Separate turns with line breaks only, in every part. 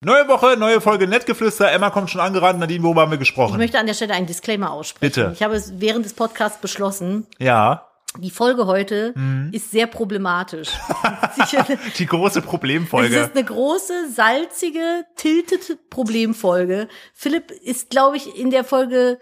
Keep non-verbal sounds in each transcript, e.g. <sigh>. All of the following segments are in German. Neue Woche, neue Folge Nettgeflüster. Emma kommt schon angerannt. Nadine, worüber haben wir gesprochen?
Ich möchte an der Stelle einen Disclaimer aussprechen.
Bitte.
Ich habe es während des Podcasts beschlossen,
ja,
die Folge heute ist sehr problematisch. es
die große Problemfolge.
ist eine große, salzige, tiltete Problemfolge. Philipp ist, glaube ich, in der Folge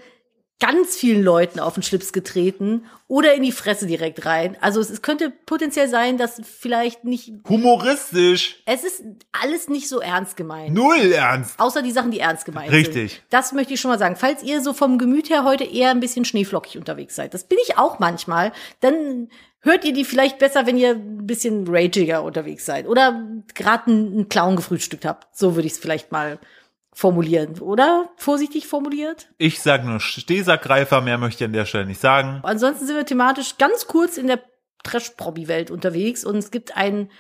ganz vielen Leuten auf den Schlips getreten oder in die Fresse direkt rein. Also es, es könnte potenziell sein, dass vielleicht nicht,
Humoristisch.
es ist alles nicht so ernst gemeint.
Null ernst.
Außer die Sachen, die ernst gemeint sind.
Richtig.
Das möchte ich schon mal sagen. Falls ihr so vom Gemüt her heute eher ein bisschen schneeflockig unterwegs seid, das bin ich auch manchmal, dann hört ihr die vielleicht besser, wenn ihr ein bisschen ragiger unterwegs seid oder gerade einen einen Clown gefrühstückt habt. So würde ich es vielleicht mal formulieren, oder? Vorsichtig formuliert.
Ich sag nur Stehsackgreifer, mehr möchte ich an der Stelle nicht sagen.
Ansonsten sind wir thematisch ganz kurz in der Trash-Probi-Welt unterwegs und es gibt einen,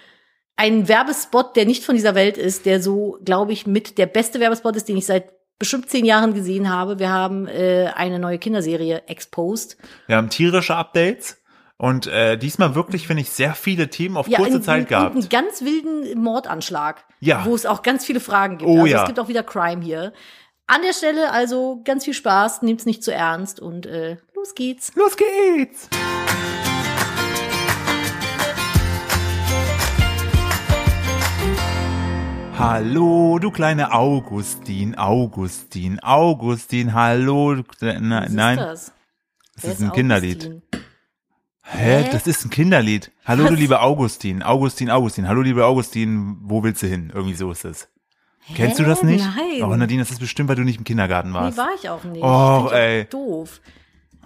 einen Werbespot, der nicht von dieser Welt ist, der so, glaube ich, mit der beste Werbespot ist, den ich seit bestimmt zehn Jahren gesehen habe. Wir haben äh, eine neue Kinderserie Exposed.
Wir haben tierische Updates und äh, diesmal wirklich, finde ich, sehr viele Themen auf kurze
einen-
Zeit
Und einen
gehabt.
ganz wilden Mordanschlag,
Ja.
wo es auch ganz viele Fragen gibt.
Oh
also
ja.
es gibt auch wieder Crime hier. An der Stelle also ganz viel Spaß, nehmt's nicht zu ernst und äh, los geht's.
Los geht's! Hallo, du kleine Augustin, Augustin, Augustin, hallo. du kle- Na,
Was
nein,
ist das?
das
Wer
ist ein
Augustin?
Kinderlied. Hä?
Hä?
Das ist ein Kinderlied. Hallo, du
Was?
lieber Augustin. Augustin, Augustin. Hallo, lieber Augustin. Wo willst du hin? Irgendwie so ist es. Kennst du das nicht?
Nein.
Aber Nadine, das ist bestimmt, weil du nicht im Kindergarten
Nee,
warst.
war ich auch nicht.
Och,
Find ich auch
ey.
Doof.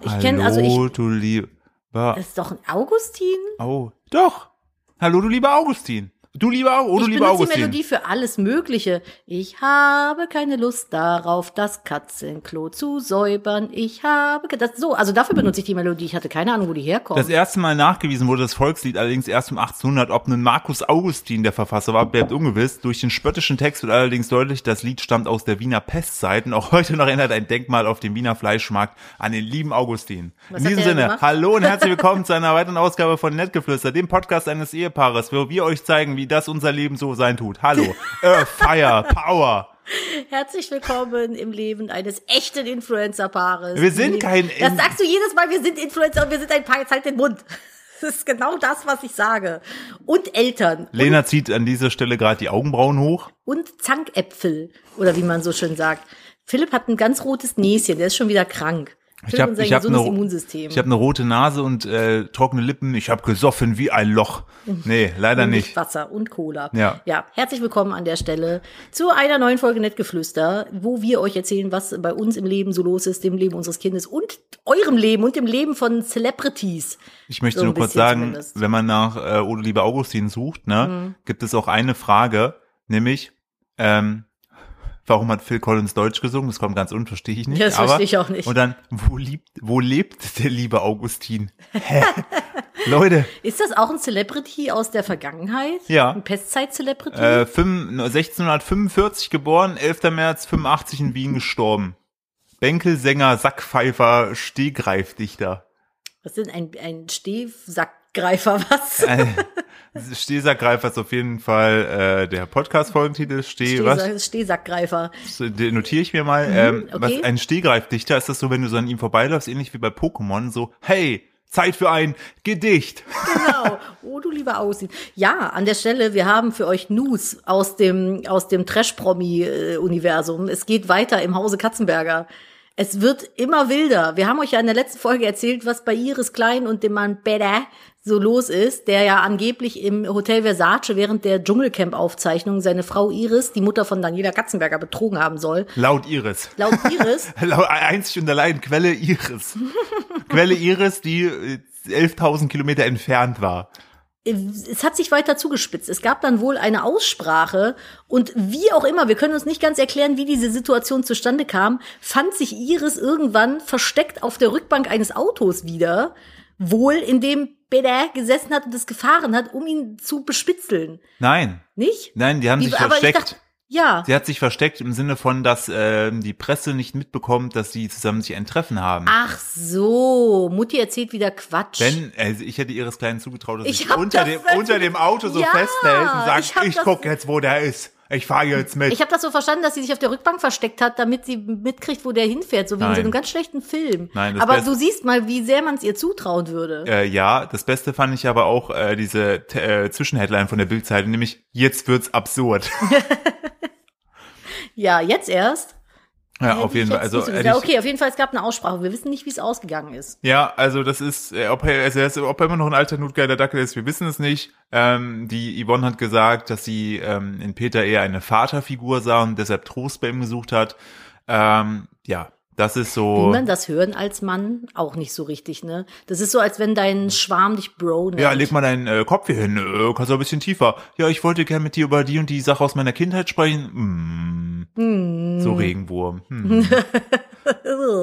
Ich
Hallo,
kenne, also ich,
du lieber.
das ist doch ein Augustin.
Oh, doch. Hallo, du lieber Augustin. Du lieber Au- oh, du
ich
lieber
benutze die
Augustin.
Melodie für alles Mögliche. Ich habe keine Lust darauf, das Katzenklo zu säubern. Ich habe, ke- das, so, also dafür benutze ich die Melodie. Ich hatte keine Ahnung, wo die
Das
herkommt.
erste Mal nachgewiesen wurde das Volkslied allerdings erst um 1800. Ob nun Markus Augustin der Verfasser war, bleibt ungewiss. Durch den spöttischen Text wird allerdings deutlich, das Lied stammt aus der Wiener Pestzeit und auch heute noch erinnert ein Denkmal auf dem Wiener Fleischmarkt an den lieben Augustin.
Was
In diesem
hat der denn
Sinne,
gemacht?
hallo und
<laughs>
herzlich willkommen zu einer weiteren Ausgabe von Nettgeflüster, dem Podcast eines Ehepaares, wo wir euch zeigen, wie das unser Leben so sein tut.
<laughs>
Hallo, Earth, Fire, Power.
Herzlich willkommen im Leben eines echten Influencer-Paares.
Wir sind
Die-
kein
Das
In-
sagst du jedes Mal, wir sind Influencer und wir sind ein Paar, jetzt halt den Mund. <laughs> Das ist genau das, was ich sage. Und Eltern.
Lena zieht an dieser Stelle gerade die Augenbrauen hoch.
und Zankäpfel oder wie man so schön sagt. Philipp hat ein ganz rotes Näschen, der ist schon wieder krank.
Ich
Philipp
habe
und sein
ich hab
gesundes
eine,
Immunsystem.
ich hab eine rote Nase und äh, trockene Lippen. Ich habe gesoffen wie ein Loch. Nee, leider
Mhm.
nicht.
Wasser und Cola.
Ja.
ja, herzlich willkommen an der Stelle zu einer neuen Folge Nettgeflüster, wo wir euch erzählen, was bei uns im Leben so los ist, dem Leben unseres Kindes und eurem Leben und dem Leben von Celebrities.
Ich möchte
So ein
nur kurz
bisschen
sagen,
zumindest. Mhm.
wenn man nach äh, Oder lieber Augustin sucht, ne, gibt es auch eine Frage, nämlich, ähm, warum hat Phil Collins Deutsch gesungen? Das kommt ganz unverstehe ich nicht.
Ja, das
aber,
verstehe ich auch nicht.
Und dann, wo, liebt, wo lebt der liebe Augustin?
<laughs>
Hä? Leute,
Ist das auch ein Celebrity aus der Vergangenheit?
Ja.
Ein Pestzeit-Celebrity?
äh, fünf- 1645 geboren, 11. März 85 in Wien gestorben. Bänkelsänger, Sackpfeifer, Stehgreifdichter.
was sind ein, ein Stehsackgreifer? Was? <laughs>
Äh, Stehsackgreifer ist auf jeden Fall äh, der Podcast-Folgentitel. Steh, was?
Stehsack, Stehsackgreifer.
Den Notiere ich mir mal. ähm,
Mhm, okay.
was, ein Stehgreifdichter ist das so, wenn du so an ihm vorbeiläufst, ähnlich wie bei Pokémon, so, hey, Zeit für ein Gedicht.
Genau. Oh, du lieber Aussehen. Ja, an der Stelle, wir haben für euch News aus dem, aus dem Trash-Promi-Universum. Es geht weiter im Hause Katzenberger. Es wird immer wilder. Wir haben euch ja in der letzten Folge erzählt, was bei Iris Klein und dem Mann Beda so los ist, der ja angeblich im Hotel Versace während der Dschungelcamp-Aufzeichnung seine Frau Iris, die Mutter von Daniela Katzenberger, betrogen haben soll.
Laut Iris.
Laut Iris
Laut, einzig und allein Quelle
<laughs>
Iris. Quelle Iris, die äh, 11.000 Kilometer entfernt war.
es hat sich weiter zugespitzt. Es gab dann wohl eine Aussprache und wie auch immer, wir können uns nicht ganz erklären, wie diese Situation zustande kam, fand sich Iris irgendwann versteckt auf der Rückbank eines Autos wieder, wohl in dem Beda gesessen hat und es gefahren hat, um ihn zu bespitzeln.
Nein,
Nicht?
nein, die haben
Wie-
sich versteckt.
Ich dachte, Ja,
Sie hat sich versteckt im Sinne von, dass ähm, die Presse nicht mitbekommt, dass sie zusammen sich ein Treffen haben.
ach so, Mutti erzählt wieder Quatsch.
Wenn, also ich hätte ihres Kleinen zugetraut, dass
Ich
ich
hab
unter
das
dem,
natürlich-
unter dem Auto so
Ja,
festhält und
ich
sagt,
hab
ich,
das-
guck jetzt, wo der ist. Ich fahre jetzt mit.
Ich habe das so verstanden, dass sie sich auf der Rückbank versteckt hat, damit sie mitkriegt, wo der hinfährt, so wie in
Nein.
so einem ganz schlechten Film.
Nein, das
Aber
Beste-
du siehst mal, wie sehr man es ihr zutrauen würde.
äh, ja, das Beste fand ich aber auch äh, diese T- äh, Zwischenheadline von der Bildzeitung, nämlich jetzt wird's absurd.
Ja, jetzt erst.
ja,
Hätte
auf
ich
jeden Fall.
jetzt
Also
nicht so
hätte ich,
gesagt. okay, auf jeden Fall, es gab eine Aussprache. Wir wissen nicht, wie es ausgegangen ist.
Ja, also das ist, äh, ob er, also er ist, ob er immer noch ein alter notgeiler Dackel ist, wir wissen es nicht. Ähm, die Yvonne hat gesagt, dass sie ähm, in Peter eher eine Vaterfigur sah und deshalb Trost bei ihm gesucht hat. Ähm, ja, das ist
Will
so.
man das hören als Mann? Auch nicht so richtig, ne? Das ist so, als wenn dein Schwarm dich Bro nennt.
Ja, leg mal deinen äh, Kopf hier hin, äh, kannst du ein bisschen tiefer. Ja, ich wollte gerne mit dir über die und die Sache aus meiner Kindheit sprechen. Mm, So Regenwurm. Hm.
<laughs>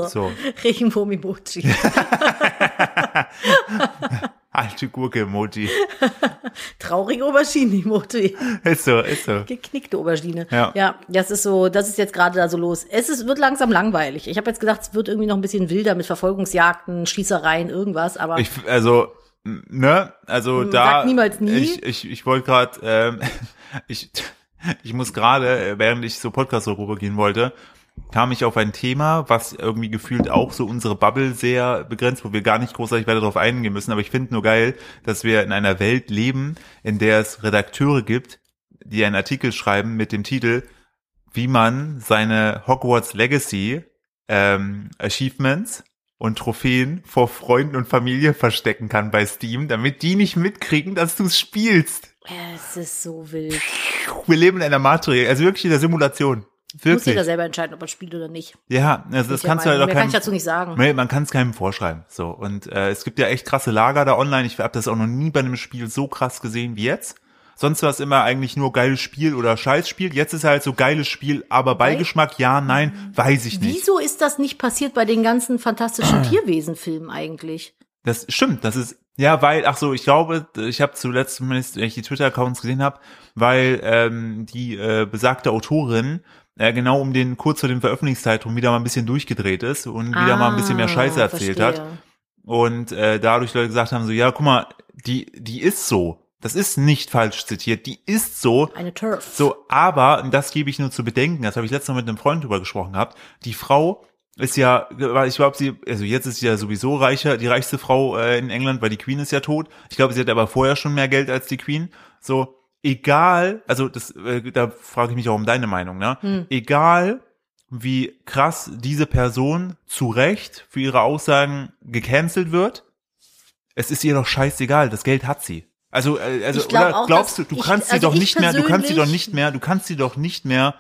so, <laughs>
Regenwurm Emoji.
alte Gurke-Emoji.
Traurige Aubergine Emoji.
<laughs> Ist so, ist so.
Geknickte Aubergine.
Ja.
ja, das ist so, das ist jetzt gerade da so los. Es ist, wird langsam langweilig. Ich habe jetzt gedacht, es wird irgendwie noch ein bisschen wilder mit Verfolgungsjagden, Schießereien, irgendwas, aber Hm,
Ich, also, m- ne, also
Sag
da.
niemals nie.
Ich, ich, ich wollte gerade, ähm, <laughs> ich, ich muss gerade, äh, während ich zur Podcast-Rubrik gehen wollte, kam ich auf ein Thema, was irgendwie gefühlt auch so unsere Bubble sehr begrenzt, wo wir gar nicht großartig weiter drauf eingehen müssen. Aber ich finde nur geil, dass wir in einer Welt leben, in der es Redakteure gibt, die einen Artikel schreiben mit dem Titel, wie man seine Hogwarts Legacy ähm, Achievements und Trophäen vor Freunden und Familie verstecken kann bei Steam, damit die nicht mitkriegen, dass du es spielst.
es ist so wild.
Wir leben in einer Matrix, also wirklich in der Simulation.
Muss jeder
Wirklich.
selber entscheiden, ob er spielt oder nicht.
Ja, also das
Ich der
kannst du halt
Meinung.
auch
Mehr kann ich dazu nicht sagen.
Nee, man kann es keinem vorschreiben. So und äh, es gibt ja echt krasse Lager da online. Ich habe das auch noch nie bei einem Spiel so krass gesehen wie jetzt. Sonst war es immer eigentlich nur geiles Spiel oder Scheißspiel. Jetzt ist halt so geiles Spiel, aber Beigeschmack ja, nein, weiß ich nicht.
Wieso ist das nicht passiert bei den
<clears throat>
ganzen fantastischen Tierwesen-Filmen eigentlich?
Das stimmt, das ist ja, weil ach so, ich glaube, ich habe zuletzt zumindest, wenn ich die Twitter Accounts gesehen habe, weil ähm, die äh, besagte Autorin äh, genau um den kurz vor dem Veröffentlichungszeitraum wieder mal ein bisschen durchgedreht ist und wieder mal ein bisschen mehr
Ah,
Scheiße erzählt hat
verstehe.
und äh, dadurch Leute gesagt haben so, ja, guck mal, die die ist so. Das ist nicht falsch zitiert, die ist so.
Eine Turf.
So, aber, und das gebe ich nur zu bedenken, das habe ich letztes Mal mit einem Freund drüber gesprochen gehabt, die Frau ist ja, weil ich glaube, sie, also jetzt ist sie ja sowieso reicher, die reichste Frau äh, in England, weil die Queen ist ja tot. Ich glaube, sie hat aber vorher schon mehr Geld als die Queen. So, egal, also das, äh, da frage ich mich auch um deine Meinung, ne? Egal, wie krass diese Person zu Recht für ihre Aussagen gecancelt wird, es ist ihr doch scheißegal, das Geld hat sie. Also, äh, also
Ich glaub
oder
auch,
glaubst du,
dass-
du
ich-
kannst sie
also
doch
ich
nicht mehr, du kannst sie doch
persönlich-
nicht mehr, du kannst sie doch nicht mehr,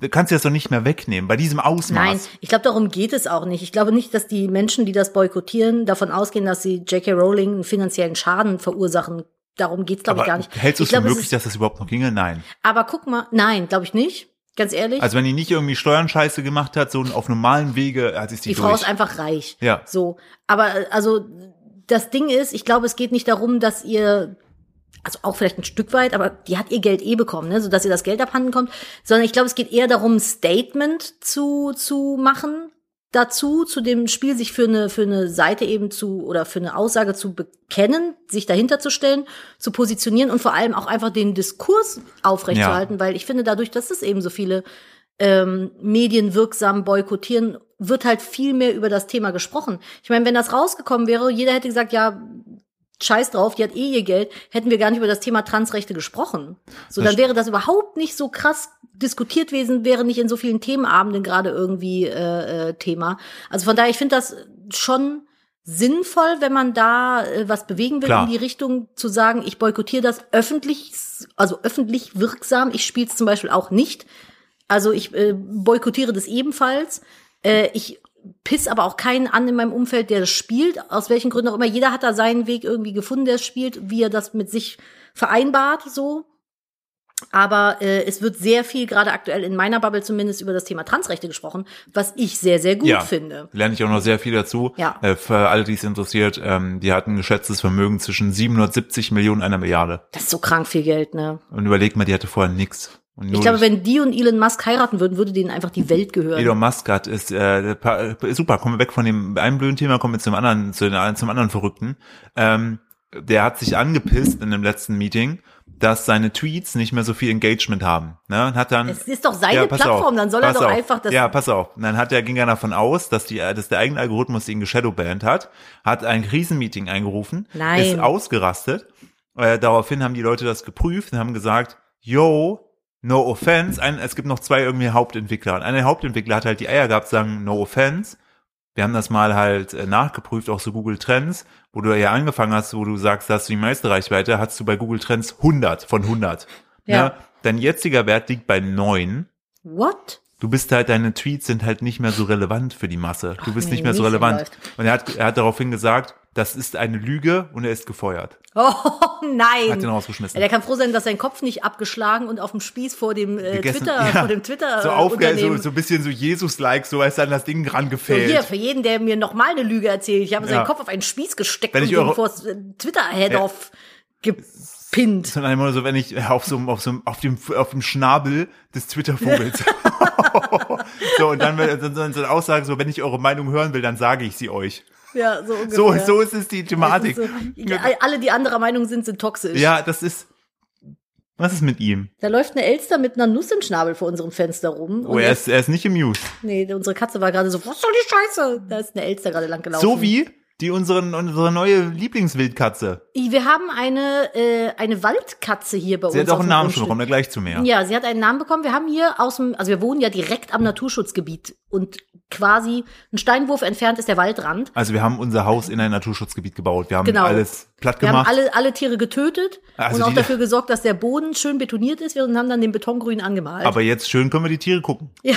du kannst sie das doch nicht mehr wegnehmen, bei diesem
Nein,
Ausmaß.
ich glaube, darum geht es auch nicht. Ich glaube nicht, dass die Menschen, die das boykottieren, davon ausgehen, dass sie J.K. Rowling einen finanziellen Schaden verursachen. Darum geht's glaub glaube
Aber
ich, gar nicht.
hältst du
ich
es für
glaub, es
möglich,
Ist,
dass das überhaupt noch ginge? Nein.
aber guck mal, nein, glaube ich nicht. Ganz ehrlich.
Also wenn die nicht irgendwie Steuern scheiße gemacht hat, so auf normalen Wege, hat sie die
die Frau
durch.
ist einfach reich.
Ja.
So. Aber äh, also das Ding ist, ich glaube, es geht nicht darum, dass ihr, also auch vielleicht ein Stück weit, aber die hat ihr Geld eh bekommen, ne? sodass ihr das Geld abhanden kommt, sondern ich glaube, es geht eher darum, ein Statement zu, zu machen dazu, zu dem Spiel, sich für eine, für eine Seite eben zu oder für eine Aussage zu bekennen, sich dahinter zu stellen, zu positionieren und vor allem auch einfach den Diskurs aufrechtzuerhalten, weil ich finde, dadurch, dass es eben so viele ähm, medienwirksam boykottieren, wird halt viel mehr über das Thema gesprochen. Ich meine, wenn das rausgekommen wäre, jeder hätte gesagt, ja, scheiß drauf, die hat eh ihr Geld, hätten wir gar nicht über das Thema Transrechte gesprochen. So,
Das
dann wäre das überhaupt nicht so krass diskutiert gewesen, wäre nicht in so vielen Themenabenden gerade irgendwie äh, äh, Thema. Also von daher, ich finde das schon sinnvoll, wenn man da äh, was bewegen will
Klar.
in die Richtung zu sagen, ich boykottiere das öffentlich, also öffentlich wirksam. Ich spiele es zum Beispiel auch nicht. Also ich äh, boykottiere das ebenfalls. Äh, ich piss aber auch keinen an in meinem Umfeld, der das spielt, aus welchen Gründen auch immer. Jeder hat da seinen Weg irgendwie gefunden, der es spielt, wie er das mit sich vereinbart, so. Aber äh, es wird sehr viel, gerade aktuell in meiner Bubble zumindest, über das Thema Transrechte gesprochen, was ich sehr, sehr gut
Ja.
finde.
Lerne ich auch noch sehr viel dazu.
Ja.
Äh, für alle, die es interessiert, ähm, die hatten ein geschätztes Vermögen zwischen 770 Millionen und einer Milliarde.
Das ist so krank viel Geld, ne?
Und überleg mal, die hatte vorher nichts. Und
Ich
nur
glaube,
durch-
wenn die und Elon Musk heiraten würden, würde denen einfach die Welt gehören.
Elon Musk hat ist äh, der Pa- äh, super. Kommen wir weg von dem einen blöden Thema, kommen wir zum anderen, zu den, zum anderen Verrückten. Ähm, der hat sich angepisst in dem letzten Meeting, dass seine Tweets nicht mehr so viel Engagement haben. Ne? Und hat dann
Es ist doch seine
pass
Plattform, dann soll er
pass
doch einfach das-
Ja, pass auf. Und dann hat er, ging er davon aus, dass, die, dass der eigene Algorithmus ihn geshadowbanned hat, hat ein Krisenmeeting eingerufen,
Nein.
ist ausgerastet. Äh, daraufhin haben die Leute das geprüft und haben gesagt, yo, no offense. Ein, es gibt noch zwei irgendwie Hauptentwickler. Und einer der Hauptentwickler hat halt die Eier gehabt, zu sagen, no offense. Wir haben das mal halt äh, nachgeprüft, auch so Google Trends, wo du ja angefangen hast, wo du sagst, dass du die meiste Reichweite hast du bei Google Trends 100 von 100.
Ja.
Ne? Dein jetziger Wert liegt bei 9
What?
du bist halt, deine Tweets sind halt nicht mehr so relevant für die Masse. Du bist
nee,
nicht mehr so
mies
relevant.
läuft.
Und er hat, er hat daraufhin gesagt, das ist eine Lüge und er ist gefeuert.
Oh nein.
Hat ihn rausgeschmissen.
Ja, der kann froh sein, dass sein Kopf nicht abgeschlagen und auf dem Spieß vor dem äh,
Gegessen-
Twitter,
ja,
vor dem Twitter
so
äh,
aufge so,
Unternehmen.
so ein bisschen so Jesus-like, so als dann das Ding
So hier,
rangefällt.
für jeden, der mir nochmal eine Lüge erzählt, ich habe
Ja.
seinen Kopf auf einen Spieß gesteckt
Wenn
und
ich
ihn
eure-
vor das, äh, Twitter-Head-Off gepinnt.
So einmal so, wenn ich äh, auf so einem- auf so einem- auf dem auf dem Schnabel des
<laughs>
Twitter-Vogels. <laughs> so und dann, wenn- dann so eine Aussage so, wenn ich eure Meinung hören will, dann sage ich sie euch.
Ja, so ungefähr.
So so ist es die
Das
Thematik.
ist so- Ja, alle, die anderer Meinung sind, sind toxisch.
Ja, das ist was ist mit ihm?
Da läuft eine Elster mit einer Nuss im Schnabel vor unserem Fenster rum.
Oh, er ist er ist nicht amused.
nee, unsere Katze war gerade so, was soll die Scheiße? Da ist eine Elster gerade lang gelaufen.
So wie die unseren, unsere neue Lieblingswildkatze.
Wir haben eine, äh, eine Waldkatze hier bei
Sie
uns.
hat auch
auf
einen
dem
Namen schon,
Grundstück.
kommt da gleich zu mir.
Ja, sie hat einen Namen bekommen. Wir haben hier aus dem, also wir wohnen ja direkt am Naturschutzgebiet und quasi ein Steinwurf entfernt ist der Waldrand.
Also wir haben unser Haus in ein Naturschutzgebiet gebaut. Wir haben
Genau.
alles platt
Wir
gemacht.
haben alle, alle Tiere getötet
Also
und auch
die-
dafür gesorgt, dass der Boden schön betoniert ist und haben dann den Betongrün angemalt.
aber jetzt schön können wir die Tiere gucken.
ja,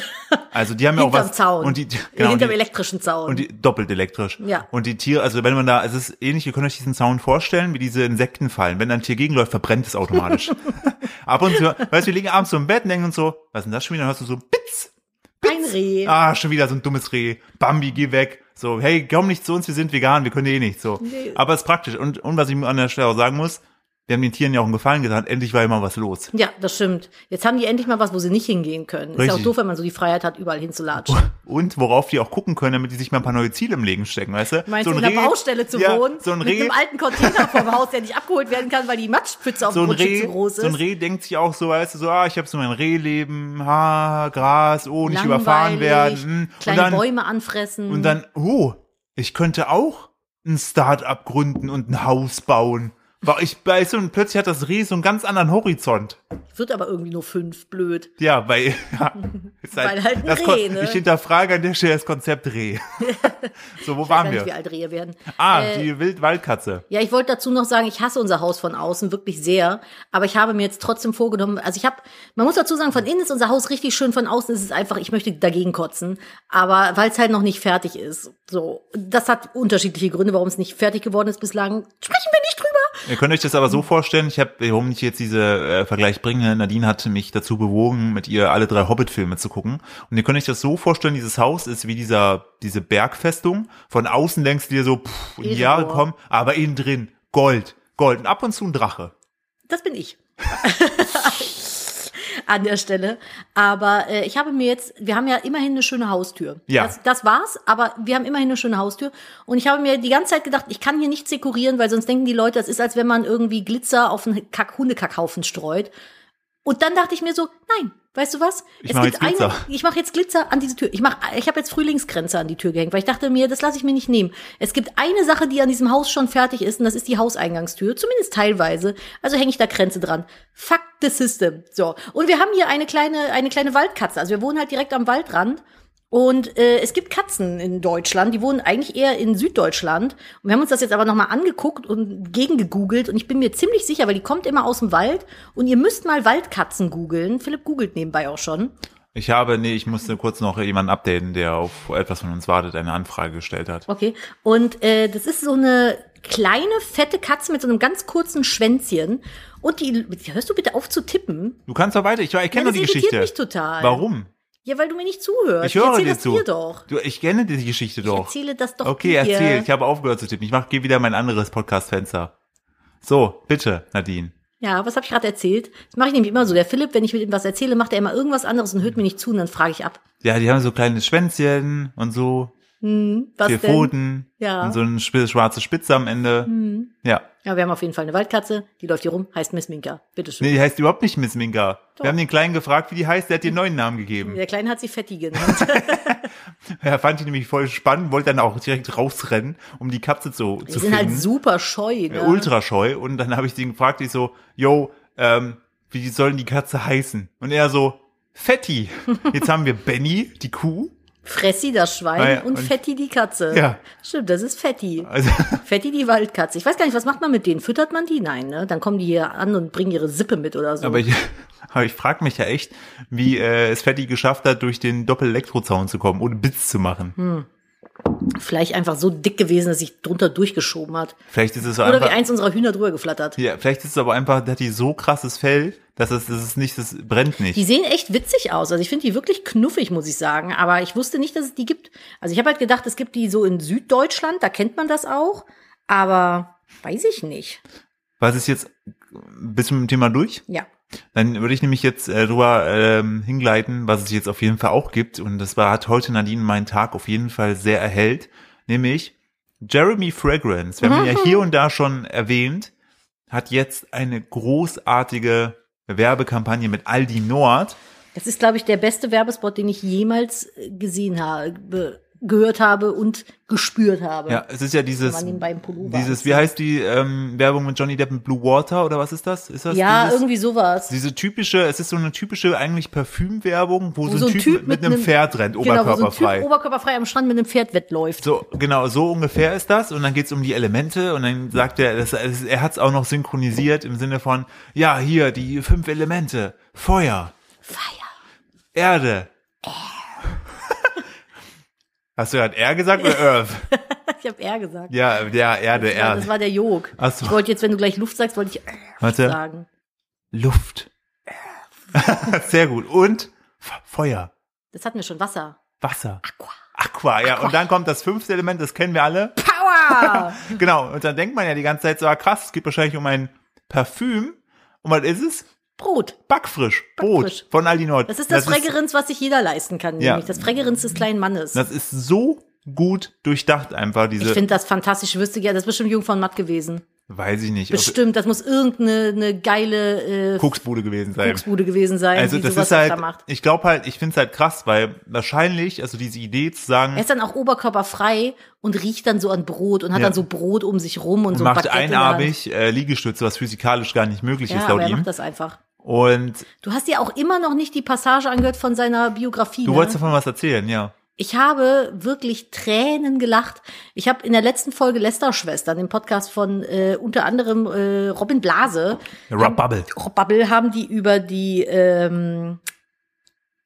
Also die haben ja auch
hinterm
was.
Zaun.
Und die, genau, und
hinterm
die,
elektrischen Zaun.
und die doppelt elektrisch.
Ja.
Und die Tiere, also wenn man da, es ist ähnlich, ihr könnt euch diesen Zaun vorstellen, wie diese Insekten fallen. Wenn da ein Tier gegenläuft, verbrennt es
<laughs>
automatisch. Ab und zu, weißt du, wir liegen abends so im Bett und denken uns so, was ist denn das schon wieder? Dann hörst du so, Pitz,
Ein Reh.
ah, schon wieder so ein dummes Reh. Bambi, geh weg. So, hey, komm nicht zu uns, wir sind vegan, wir können eh nicht. So.
Nee.
Aber es ist praktisch. Und, und was ich an der Stelle auch sagen muss, wir haben den Tieren ja auch einen Gefallen getan, endlich war immer was los.
Ja, das stimmt. Jetzt haben die endlich mal was, wo sie nicht hingehen können. Ist ja auch
Richtig. Oh,
doof, wenn man so die Freiheit hat, überall hinzulatschen.
Und worauf die auch gucken können, damit die sich mal ein paar neue Ziele im Leben stecken, weißt du?
Meinst
so
du,
ein
in einer
Reh-
Baustelle zu
ja,
wohnen?
So ein
mit
Reh,
einem alten Container vom Haus, der nicht abgeholt werden kann, weil die Matschpfütze auf
so
dem
ein
Grundstück
Reh,
zu groß ist.
so ein Reh denkt sich auch so, weißt du, so, ah, ich habe so mein Rehleben, ha, Gras, oh, nicht überfahren
Langweilig,
werden. hm. Und
Kleine
dann,
Bäume anfressen.
Und dann, oh, ich könnte auch ein Start-up gründen und ein Haus bauen. War ich weiß und plötzlich hat das Reh so einen ganz anderen Horizont.
Wird aber irgendwie nur fünf, blöd.
Ja, weil <laughs>
<laughs>
ja, ist
Weil halt ein
das Kon-
Reh, ne?
Ich hinterfrage an der Stelle das Konzept
<laughs>
Reh. so, wo waren
Weiß nicht, wie
wir?
alt Rehe werden.
Ah,
Äh,
die Wildwaldkatze.
Ja, ich wollte dazu noch sagen, ich hasse unser Haus von außen wirklich sehr, aber ich habe mir jetzt trotzdem vorgenommen, also ich habe, man muss dazu sagen, von innen ist unser Haus richtig schön, von außen ist es einfach, ich möchte dagegen kotzen, aber weil es halt noch nicht fertig ist. So, das hat unterschiedliche Gründe, warum es nicht fertig geworden ist bislang. Sprechen wir nicht drüber.
Ihr könnt euch das aber so vorstellen, ich habe, warum ich jetzt diese äh, Vergleich bringe, Nadine hat mich dazu bewogen, mit ihr alle drei Hobbit-Filme zu gucken. Und ihr könnt euch das so vorstellen, dieses Haus ist wie dieser, diese Bergfestung. Von außen denkst du dir so, pff, in die
Edelrohr.
Jahre kommen, aber innen drin, Gold, Gold und ab und zu ein Drache.
Das bin ich. <laughs> An der Stelle. Aber äh, ich habe mir jetzt, wir haben ja immerhin eine schöne Haustür.
Ja.
Das, das war's, aber wir haben immerhin eine schöne Haustür. Und ich habe mir die ganze Zeit gedacht, ich kann hier nichts dekorieren, weil sonst denken die Leute, das ist, als wenn man irgendwie Glitzer auf einen Kack Hundekackhaufen streut. Und dann dachte ich mir so, nein, weißt du was?
Ich mach jetzt Glitzer.
ich mache jetzt Glitzer an diese Tür. Ich mach, ich habe jetzt Frühlingsgrenze an die Tür gehängt, weil ich dachte mir, das lasse ich mir nicht nehmen. Es gibt eine Sache, die an diesem Haus schon fertig ist, und das ist die Hauseingangstür, zumindest teilweise. Also hänge ich da Grenze dran. Fuck the system. So. Und wir haben hier eine kleine, eine kleine Waldkatze. Also wir wohnen halt direkt am Waldrand. Und äh, es gibt Katzen in Deutschland, die wohnen eigentlich eher in Süddeutschland. Und wir haben uns das jetzt aber nochmal angeguckt und gegengegoogelt. Und ich bin mir ziemlich sicher, weil die kommt immer aus dem Wald. Und ihr müsst mal Waldkatzen googeln. Philipp googelt nebenbei auch schon.
Ich habe, nee, ich musste kurz noch jemanden updaten, der auf etwas von uns wartet, eine Anfrage gestellt hat.
Okay. Und äh, das ist so eine kleine, fette Katze mit so einem ganz kurzen Schwänzchen. Und die, hörst du bitte auf zu tippen?
Du kannst doch weiter, ich, ich kenne
Ja,
doch die
das irritiert
Geschichte.
mich total.
Warum?
Ja, weil du mir nicht zuhörst.
Ich höre
erzähl
dir
das
zu.
dir doch.
Du, ich kenne die Geschichte
Ich
doch.
erzähle das doch
Okay,
dir.
erzähl. Ich habe aufgehört zu tippen. Ich mach, geh wieder mein anderes Podcast-Fenster. So, bitte, Nadine.
Ja, was habe ich gerade erzählt? Das mache ich nämlich immer so. Der Philipp, wenn ich mit ihm was erzähle, macht er immer irgendwas anderes und hört mir nicht zu und dann frage ich ab.
Ja, die haben so kleine Schwänzchen und so,
Hm, was
vier
denn?
Pfoten
Ja.
und so eine sp- schwarze Spitze am Ende.
Hm.
Ja.
Ja, wir haben auf jeden Fall eine Waldkatze, die läuft hier rum, heißt Miss Minka. Bitteschön.
Nee, die heißt überhaupt nicht Miss Minka.
Doch.
Wir haben den Kleinen gefragt, wie die heißt, der hat ihr einen neuen Namen gegeben.
Der Kleine hat sie Fetti
<laughs>
genannt.
Er fand die nämlich voll spannend, wollte dann auch direkt rausrennen, um die Katze zu,
Die
zu
sind halt
finden.
super scheu. Ne?
Äh, ultra scheu. Und dann habe ich den gefragt, ich so, yo, ähm, wie soll denn die Katze heißen? Und er so,
<laughs>
Fetti. Jetzt haben wir Benny, die Kuh.
Fressi das Schwein
Ah ja,
und,
und-
Fetti die Katze.
Ja.
Stimmt, das ist Fetti.
Also,
Fetti die Waldkatze. Ich weiß gar nicht, was macht man mit denen? Füttert man die? Nein, ne? Dann kommen die hier an und bringen ihre Sippe mit oder so.
aber ich, aber ich frage mich ja echt, wie äh, es Fetti geschafft hat, durch den Doppel-Elektrozaun zu kommen, ohne Blitz zu machen.
Hm. Vielleicht einfach so dick gewesen, dass sich drunter durchgeschoben hat.
Vielleicht ist es so
Oder wie
einfach.
eins unserer Hühner drüber geflattert.
ja, vielleicht ist es aber einfach, da hat die so krasses Fell, dass es, dass es nicht, das brennt nicht.
Die sehen echt witzig aus. Also ich finde die wirklich knuffig, muss ich sagen. Aber ich wusste nicht, dass es die gibt. Also ich habe halt gedacht, es gibt die so in Süddeutschland, da kennt man das auch. Aber weiß ich nicht.
Was ist jetzt, bist du mit dem Thema durch?
Ja.
Dann würde ich nämlich jetzt äh, drüber ähm, hingleiten, was es jetzt auf jeden Fall auch gibt. Und das war, hat heute Nadine meinen Tag auf jeden Fall sehr erhellt. Nämlich Jeremy Fragrance. Wir haben
Mhm.
ihn ja hier und da schon erwähnt. Hat jetzt eine großartige Werbekampagne mit Aldi Nord.
Das ist, glaube ich, der beste Werbespot, den ich jemals äh, gesehen habe, gehört habe und gespürt habe.
Ja, es ist ja dieses,
man den beim Pullover
dieses, wie heißt die ähm, Werbung mit Johnny Depp mit Blue Water oder was ist das? Ist das
Ja,
dieses,
irgendwie sowas.
diese typische, es ist so eine typische eigentlich Parfümwerbung, wo,
Wo
so ein, Typ, mit einem Pferd rennt,
Genau, wo so
oberkörperfrei.
ein Typ oberkörperfrei am Strand mit einem Pferd wettläuft.
So, genau, so ungefähr ist das. Und dann geht's um die Elemente und dann sagt er, das, es- er hat's auch noch synchronisiert im Sinne von, ja, hier, die fünf Elemente. Feuer,
Feier.
Erde. Hast du gerade R gesagt oder
<laughs>
Earth?
<laughs> Ich habe R gesagt.
Ja, ja, Erde,
Ja, das
Erde.
war der Jog.
Ach so.
Ich wollte jetzt, wenn du gleich Luft sagst, wollte ich äh
Warte,
sagen.
Luft. <laughs> Sehr gut. Und F- Feuer,
Das hatten wir schon. Wasser.
Wasser,
Aqua.
Aqua, ja. Und dann kommt das fünfte Element, das kennen wir alle.
Power!
Genau. Und dann denkt man ja die ganze Zeit so, ah, krass, es geht wahrscheinlich um ein Parfüm. Und was ist es?
<laughs> Brot.
Backfrisch,
Backfrisch.
Brot von Aldi Nord.
Das ist das, Freggerins, was sich jeder leisten kann,
Ja.
nämlich das Freggerins des kleinen Mannes.
Das ist so gut durchdacht einfach,
ich
diese,
finde das fantastisch. Ich wüsste ja, das ist bestimmt Jung von Matt gewesen.
weiß ich nicht, ob
Bestimmt, das muss irgendeine eine geile äh,
Koksbude gewesen sein.
Fuchsbude gewesen sein,
Also
die
das
sowas
ist halt,
öfter macht.
ich glaube halt, ich finde es halt krass, weil wahrscheinlich, also diese Idee zu sagen,
Er ist dann auch oberkörperfrei und riecht dann so an Brot und hat
Ja.
dann so Brot um sich rum und so ein
macht
Baguette in der Hand.
einarmig äh, Liegestütze, was physikalisch gar nicht möglich
Ja,
ist
aber
laut
er
ihm.
macht das einfach.
Und
Du hast ja auch immer noch nicht die Passage angehört von seiner Biografie.
du
ne?
wolltest davon was erzählen, ja.
Ich habe wirklich Tränen gelacht. Ich habe in der letzten Folge Lästerschwestern, dem Podcast von äh, unter anderem äh, Robin Blase,
Rob Bubble.
Rob Bubble, haben die über die ähm,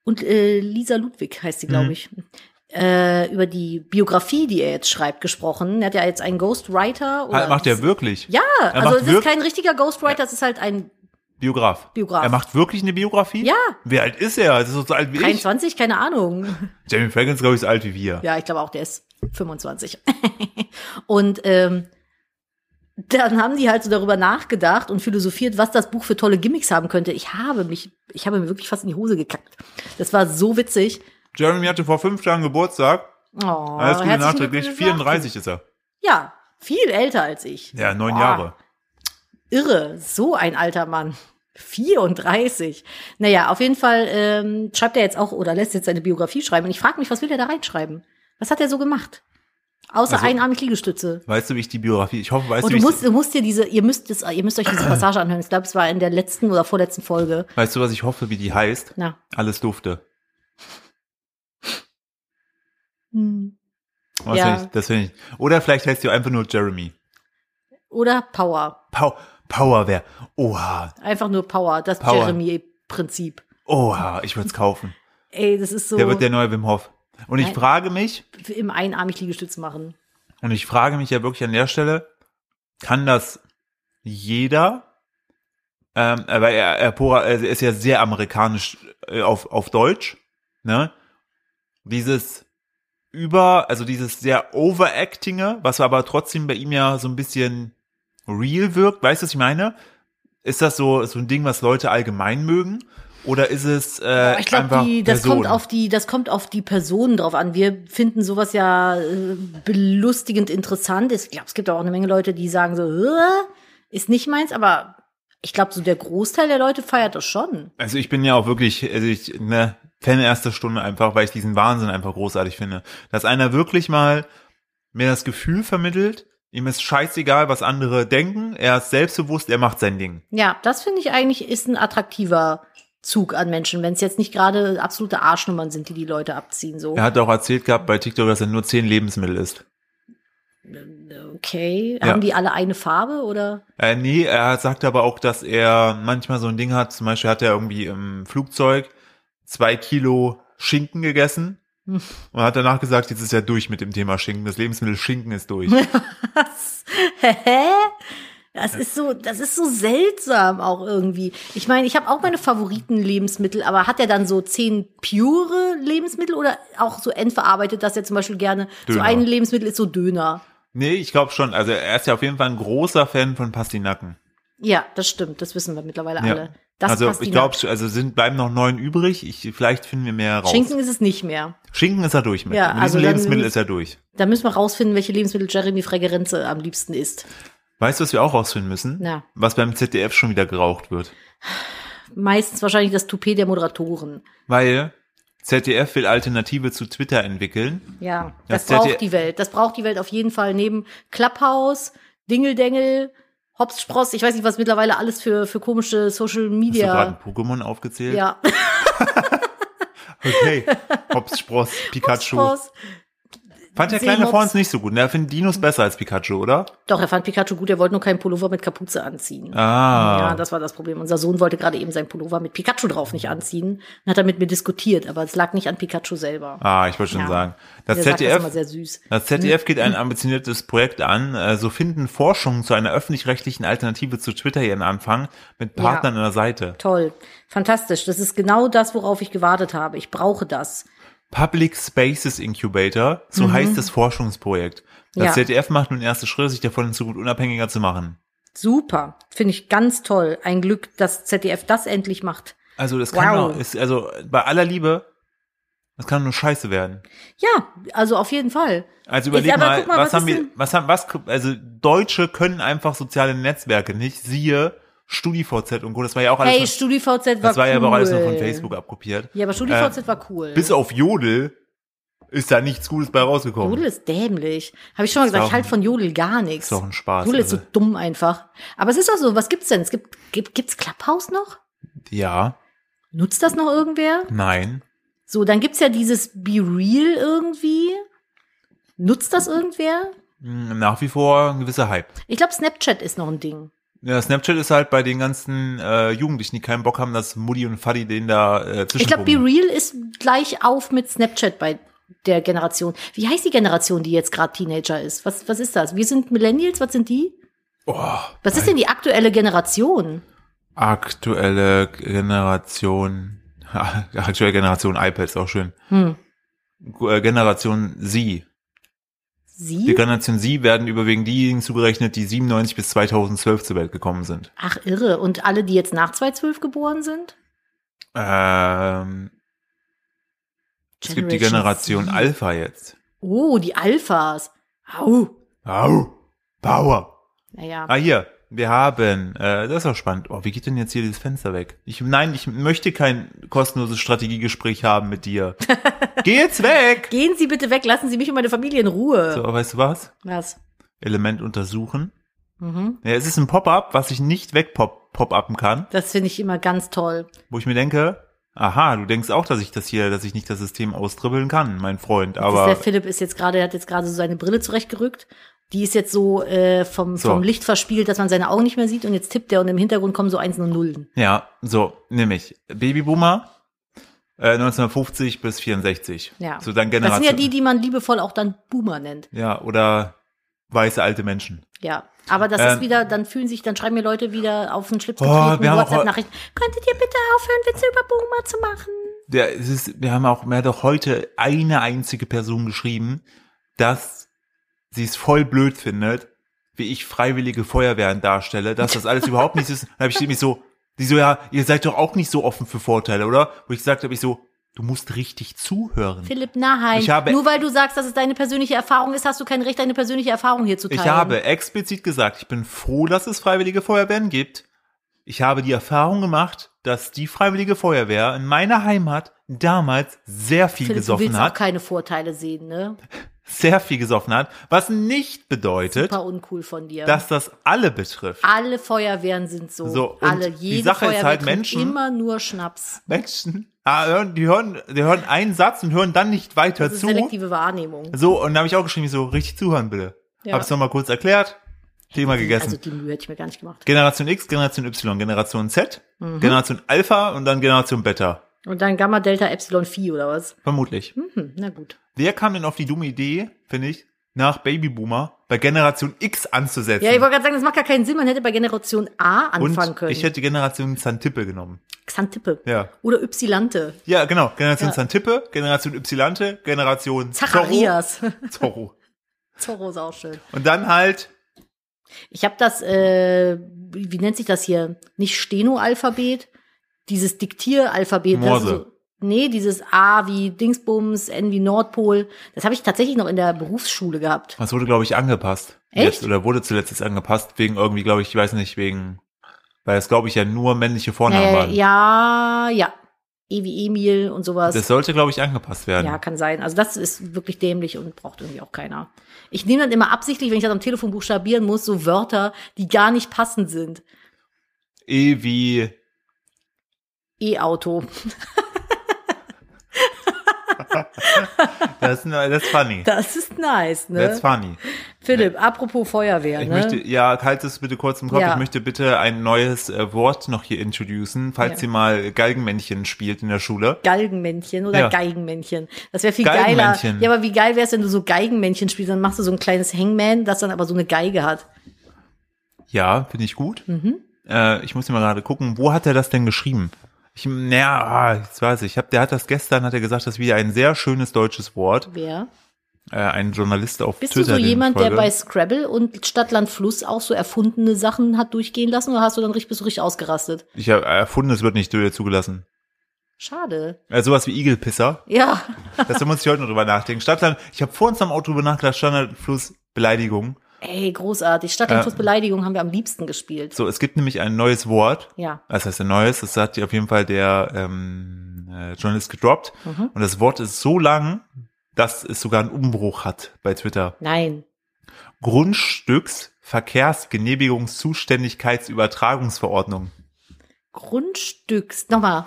und äh, Lisa Ludwig heißt sie, glaube
Mhm.
ich, äh, über die Biografie, die er jetzt schreibt, gesprochen. Er hat ja jetzt einen Ghostwriter. Oder
Halt, macht er wirklich.
Ja, also
macht
es ist
wirk-
kein richtiger Ghostwriter, es ist halt ein,
Biograf.
Biograf.
Er macht wirklich eine Biografie?
Ja.
Wie alt ist er? Das ist so alt wie ich.
23, keine Ahnung.
Jamie Fragrance, glaube ich, ist alt wie wir.
Ja, ich glaube auch, der ist 25. <laughs> und ähm, dann haben die halt so darüber nachgedacht und philosophiert, was das Buch für tolle Gimmicks haben könnte. Ich habe mich, ich habe mir wirklich fast in die Hose gekackt. Das war so witzig.
Jeremy hatte vor fünf Tagen Geburtstag.
Oh,
Alles Gute
herzlichen
nachträglich.
Glückwunsch.
34 ist er.
Ja, viel älter als ich.
Ja, neun
Boah,
Jahre.
Irre, so ein alter Mann. 34. Naja, auf jeden Fall ähm, schreibt er jetzt auch oder lässt jetzt seine Biografie schreiben. Und ich frage mich, was will er da reinschreiben? Was hat er so gemacht? Außer
Also-
einarmig Liegestütze.
Weißt du, wie ich die Biografie, ich hoffe, weißt
Und
du,
Oh, du
wie
musst, du musst dir diese, ihr müsst es, ihr müsst euch
<clears throat>
diese Passage anhören. Ich glaube, es war in der letzten oder vorletzten Folge.
ich, weißt du, was ich hoffe, wie die heißt?
Na.
Alles Dufte.
Hm.
Was
Ja.
find ich, das finde ich. Oder vielleicht heißt sie einfach nur Jeremy.
Oder Power.
Pow Power wäre. Oha.
Einfach nur Power. Das
Power.
Jeremy-Prinzip.
Oha. Ich würde es kaufen.
Ey, das ist so
Der wird der neue Wim Hof. Und ich
Nein.
frage mich,
im einarmig Liegestütz machen.
und ich frage mich ja wirklich an der Stelle, kann das jeder? Ähm, aber er, er, Pora, er ist ja sehr amerikanisch äh, auf, auf Deutsch, ne? Dieses über, also dieses sehr overactinge, was aber trotzdem bei ihm ja so ein bisschen real wirkt, weißt du, was ich meine? Ist das so, so ein Ding, was Leute allgemein mögen? Oder ist es äh,
Ich glaube,
einfach
das
Personen?
kommt auf die, das kommt auf die Personen drauf an. Wir finden sowas ja äh, belustigend interessant. Ich glaube, es gibt auch eine Menge Leute, die sagen so, "Äh, ist nicht meins, aber ich glaube, so der Großteil der Leute feiert das schon.
Also ich bin ja auch wirklich, also ich, ne, Fan erster Stunde einfach, weil ich diesen Wahnsinn einfach großartig finde. Dass einer wirklich mal mir das Gefühl vermittelt, ihm ist scheißegal, was andere denken, er ist selbstbewusst, er macht sein Ding.
Ja, das finde ich eigentlich ist ein attraktiver Zug an Menschen, wenn es jetzt nicht gerade absolute Arschnummern sind, die die Leute abziehen. So,
Er hat auch erzählt gehabt bei TikTok, dass er nur zehn Lebensmittel isst.
okay,
Ja.
haben die alle eine Farbe oder?
Äh, nee, er sagt aber auch, dass er manchmal so ein Ding hat, zum Beispiel hat er irgendwie im Flugzeug zwei Kilo Schinken gegessen
Hm.
und hat danach gesagt, jetzt ist er durch mit dem Thema Schinken. Das Lebensmittel Schinken ist durch.
Was? <laughs> Hä? Das ist so, das ist so seltsam auch irgendwie. Ich meine, ich habe auch meine Favoriten-Lebensmittel, aber hat er dann so zehn pure Lebensmittel oder auch so endverarbeitet, dass er zum Beispiel gerne so
Döner.
ein Lebensmittel ist so Döner?
Nee, ich glaube schon. Also er ist ja auf jeden Fall ein großer Fan von Pastinaken.
Ja, das stimmt, das wissen wir mittlerweile
Ja.
alle. Das
also
passt
ich
ihm.
glaube, also sind bleiben noch neun übrig. Ich, vielleicht finden wir mehr raus.
Schinken ist es nicht mehr.
Schinken ist er durch mit.
Ja,
mit
also
diesem
dann-
Lebensmittel ist er durch.
Da müssen wir rausfinden, welche Lebensmittel Jeremy Fregerenze am liebsten isst.
Weißt du, was wir auch rausfinden müssen?
Na.
Was beim ZDF schon wieder geraucht wird.
Meistens wahrscheinlich das Toupet der Moderatoren.
Weil ZDF will Alternative zu Twitter entwickeln.
Ja,
Das
das,
ZDF
braucht die Welt. Das braucht die Welt auf jeden Fall. Neben Clubhouse, Dingeldengel, Hopsspross, ich weiß nicht, was mittlerweile alles für, für komische Social
Hast du gerade
Media.
ein Pokémon aufgezählt?
Ja, <laughs>
Okay. Hops, Spross, Pikachu.
Hopsspross.
Fand der kleine
Seehops.
vor uns nicht so gut. Der findet Dinos besser als Pikachu, oder?
Doch, er fand Pikachu gut, er wollte nur keinen Pullover mit Kapuze anziehen. Ja,
Ah.
das war das Problem. Unser Sohn wollte gerade eben seinen Pullover mit Pikachu drauf nicht anziehen. Dann hat er mit mir diskutiert, aber es lag nicht an Pikachu selber.
ah, ich wollte schon
Ja.
sagen. Das
Der sagt das
ZDF
immer sehr süß.
Das ZDF geht ein ambitioniertes Projekt an. Äh, So finden Forschungen zu einer öffentlich-rechtlichen Alternative zu Twitter ihren Anfang mit
Ja.
Partnern an der Seite.
Toll, fantastisch. Das ist genau das, worauf ich gewartet habe. Ich brauche das.
Public Spaces Incubator, so heißt das Forschungsprojekt. Das
Mhm. Ja.
ZDF macht nun erste Schritte, sich davon in Zukunft unabhängiger zu machen.
Super, finde ich ganz toll. Ein Glück, dass ZDF das endlich macht.
Also das kann
Wow.
nur, ist, also bei aller Liebe, das kann nur Scheiße werden.
Ja, also auf jeden Fall.
Also
Jetzt
überleg
aber
mal,
guck mal,
was,
was
haben
ist
wir,
denn-
was haben, was, also Deutsche können einfach soziale Netzwerke nicht, siehe StudiVZ und Co. Das war ja auch alles
Hey,
von-
StudiVZ war cool.
Das war ja aber auch alles nur von Facebook abkopiert.
Ja, aber StudiVZ war cool.
Bis auf Jodel ist da nichts Gutes bei rausgekommen.
Jodel ist dämlich. Habe ich schon mal
auch
gesagt, ich halte
ein-
von Jodel gar nichts.
Ist doch ein Spaß,
Jodel ist
also.
so dumm einfach. Aber es ist doch so, was gibt's denn? Es gibt, gibt gibt's Clubhouse noch?
Ja,
Nutzt das noch irgendwer?
nein.
So, dann gibt's ja dieses Be Real irgendwie. Nutzt das irgendwer?
Hm, Nach wie vor ein gewisser Hype.
Ich glaube, Snapchat ist noch ein Ding.
Ja, Snapchat ist halt bei den ganzen äh, Jugendlichen, die keinen Bock haben, dass Mutti und Fadi den da äh,
Ich glaube, Be
zwischenpumpen.
Real ist gleich auf mit Snapchat bei der Generation. Wie heißt die Generation, die jetzt gerade Teenager ist? Was, was ist das? Wir sind Millennials, was sind die?
oh,
Was ist denn die aktuelle Generation?
aktuelle Generation. <laughs> Aktuelle Generation iPad ist auch schön.
Hm.
Äh, Generation Sie. Die
Sie?
Generation Sie werden überwiegend diejenigen zugerechnet, die 97 bis 2012 zur Welt gekommen sind.
Ach, irre. Und alle, die jetzt nach 2012 geboren sind?
Ähm, es gibt die Generation
Z.
Alpha jetzt.
Oh, die Alphas. Au.
Au, Power.
Naja.
Ah, hier, wir haben, äh, das ist auch spannend. Oh, wie geht denn jetzt hier dieses Fenster weg? Ich, nein, ich möchte kein kostenloses Strategiegespräch haben mit
<laughs>
dir. Geh jetzt weg!
Gehen Sie bitte weg, lassen Sie mich und meine Familie in Ruhe.
So, weißt du was?
Was?
Element untersuchen.
Mhm.
Ja, es ist ein Pop-up, was ich nicht wegpop-uppen kann,
Das finde ich immer ganz toll.
wo ich mir denke, aha, du denkst auch, dass ich das hier, dass ich nicht das System austribbeln kann, mein Freund,
Das ist
aber
der Philipp ist jetzt gerade, der hat jetzt gerade so seine Brille zurechtgerückt. Die ist jetzt so äh, vom,
So.
vom Licht verspielt, dass man seine Augen nicht mehr sieht. Und jetzt tippt der und im Hintergrund kommen so Einsen und Nullen.
Ja, so, nämlich Babyboomer äh, 1950 bis 64.
Ja.
So dann
Das
Generation.
sind ja die, die man liebevoll auch dann Boomer nennt.
ja, oder weiße alte Menschen.
Ja. Aber das
Ähm.
ist wieder, dann fühlen sich, dann schreiben mir Leute wieder auf den Schlips
Oh,
getreten,
wir haben auch-
WhatsApp-Nachrichten. Könntet ihr bitte aufhören, Witze über Boomer zu machen?
Der, es ist, wir haben auch, mir hat auch heute eine einzige Person geschrieben, dass sie es voll blöd findet, wie ich freiwillige Feuerwehren darstelle, dass das alles überhaupt nichts
<laughs>
ist. Dann habe ich nämlich so, die so, ja, ihr seid doch auch nicht so offen für Vorteile, oder? Wo ich gesagt habe, ich so, du musst richtig zuhören.
Philipp Nahheim,
Ich habe-
nur weil du sagst, dass es deine persönliche Erfahrung ist, hast du kein Recht, deine persönliche Erfahrung hier zu teilen.
Ich habe explizit gesagt, ich bin froh, dass es freiwillige Feuerwehren gibt. Ich habe die Erfahrung gemacht, dass die freiwillige Feuerwehr in meiner Heimat damals sehr viel
Philipp, du
gesoffen
willst auch
hat.
keine Vorteile sehen, ne?
Sehr viel gesoffen hat. Was nicht bedeutet,
Super Ah. uncool von dir.
dass das alle betrifft.
alle Feuerwehren sind so.
So, und
alle,
die
jede
Sache ist
Feuerwehr
halt,
trinkt
Menschen-
immer nur Schnaps.
Menschen, ah, hören- die, hören, die hören einen Satz und hören dann nicht weiter
Das ist
zu.
selektive Wahrnehmung.
So, und da habe ich auch geschrieben, ich so, richtig zuhören bitte.
Ja.
Hab's nochmal kurz erklärt. Thema gegessen.
Also die Mühe hätte ich mir gar nicht gemacht.
Generation X, Generation Y, Generation Z,
Mhm.
Generation Alpha und dann Generation Beta.
Und dann Gamma, Delta, Epsilon, Phi oder was?
Vermutlich.
Mhm, na gut.
Wer kam denn auf die dumme Idee, finde ich, nach Babyboomer bei Generation X anzusetzen?
Ja, ich wollte gerade sagen, das macht gar keinen Sinn. Man hätte bei Generation A
und
anfangen können.
ich hätte Generation Xantippe genommen.
Xantippe.
Ja.
Oder Ypsilante.
Ja, genau. Generation
Ja.
Xantippe, Generation Ypsilante, Generation
Zacharias.
Zorro. Zorro.
<laughs> Zorro ist auch schön.
Und dann halt,
Ich habe das, äh, wie nennt sich das hier? Nicht Steno-Alphabet, dieses Diktieralphabet. das
Morse.
ist so- Nee, dieses A wie Dingsbums, N wie Nordpol. Das habe ich tatsächlich noch in der Berufsschule gehabt.
was wurde, glaube ich, angepasst.
Echt?
Jetzt, oder wurde zuletzt jetzt angepasst, wegen irgendwie, glaube ich, ich weiß nicht, wegen, weil es, glaube ich, ja nur männliche Vornamen
Äh,
waren.
ja, ja. E wie Emil und sowas.
Das sollte, glaube ich, angepasst werden.
Ja, kann sein. Also das ist wirklich dämlich und braucht irgendwie auch keiner. Ich nehme dann immer absichtlich, wenn ich das am Telefon buchstabieren muss, so Wörter, die gar nicht passend sind.
E wie
E-Auto. <laughs>
Das ist that's
<laughs>
funny.
Das ist nice,
That's
ne?
funny.
Philipp, apropos Feuerwehr,
Ich
ne?
möchte, ja, halt es bitte kurz im Kopf.
Ja.
Ich möchte bitte ein neues äh, Wort noch hier introducen, falls
Ja.
ihr mal Galgenmännchen spielt in der Schule.
Galgenmännchen oder
Ja.
Geigenmännchen. Das wäre viel geiler.
Geigenmännchen.
Ja, aber wie geil wäre es, wenn du so Geigenmännchen spielst, dann machst du so ein kleines Hangman, das dann aber so eine Geige hat.
Ja, finde ich gut.
Mhm.
Äh, ich muss hier mal gerade gucken, wo hat er das denn geschrieben? Ich, naja, ah, jetzt weiß ich. ich hab, der hat das gestern, hat er gesagt, das ist wieder ein sehr schönes deutsches Wort.
Wer?
Äh, ein Journalist auf
Bist
Twitter.
du so
den ich
jemand, der
folge.
bei Scrabble und Stadtland Fluss auch so erfundene Sachen hat durchgehen lassen oder hast du dann richtig, bist du richtig ausgerastet?
Ich habe erfunden, es wird nicht zugelassen.
Schade.
Äh, sowas wie Igelpisser.
Ja.
Das da muss ich heute noch drüber nachdenken. Stadtland, ich habe vor uns am Auto drüber nachgedacht, Standardfluss Beleidigung.
Ey, großartig. Stadt und
Ja.
Fluss Beleidigung haben wir am liebsten gespielt.
So, es gibt nämlich ein neues Wort.
Ja.
Was heißt ein neues? Das hat ja auf jeden Fall der ähm, äh, Journalist gedroppt.
Mhm.
Und das Wort ist so lang, dass es sogar einen Umbruch hat bei Twitter.
Nein.
Grundstücks Verkehrsgenehmigungszuständigkeitsübertragungsverordnung.
Grundstücks. Nochmal.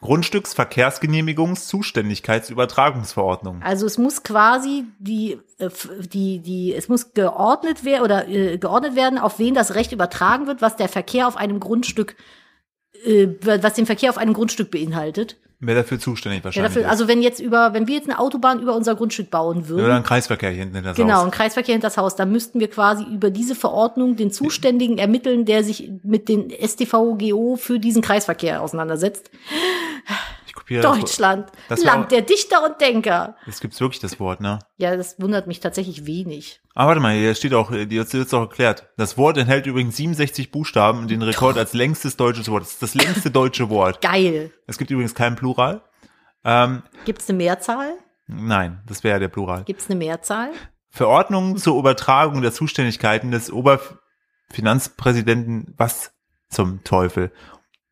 Grundstücks Verkehrsgenehmigungszuständigkeitsübertragungsverordnung.
Also es muss quasi die, äh, f- die, die, es muss geordnet werden oder äh, geordnet werden, auf wen das Recht übertragen wird, was der Verkehr auf einem Grundstück, äh, was den Verkehr auf einem Grundstück beinhaltet.
Wer dafür zuständig
Ja,
wahrscheinlich
dafür,
ist.
also wenn jetzt über, wenn wir jetzt eine Autobahn über unser Grundstück bauen würden,
Oder ein Kreisverkehr hier hinten in der
Genau,
Haus.
ein Kreisverkehr hinter das Haus. Da müssten wir quasi über diese Verordnung den Zuständigen ermitteln, der sich mit den StVGO für diesen Kreisverkehr auseinandersetzt.
Ich kopiere das Wort.
Deutschland,
das war auch-
Land der Dichter und Denker.
Es gibt wirklich das Wort, ne?
Ja, das wundert mich tatsächlich wenig.
Ah, warte mal, hier steht auch, hier wird auch erklärt. Das Wort enthält übrigens 67 Buchstaben und den Rekord als längstes deutsches Wort. Das ist das längste deutsche Wort.
Geil.
Es gibt übrigens keinen Plural. Ähm,
Gibt's eine Mehrzahl?
nein, das wäre ja der Plural.
Gibt's eine Mehrzahl?
Verordnung zur Übertragung der Zuständigkeiten des Oberfinanzpräsidenten. Was zum Teufel?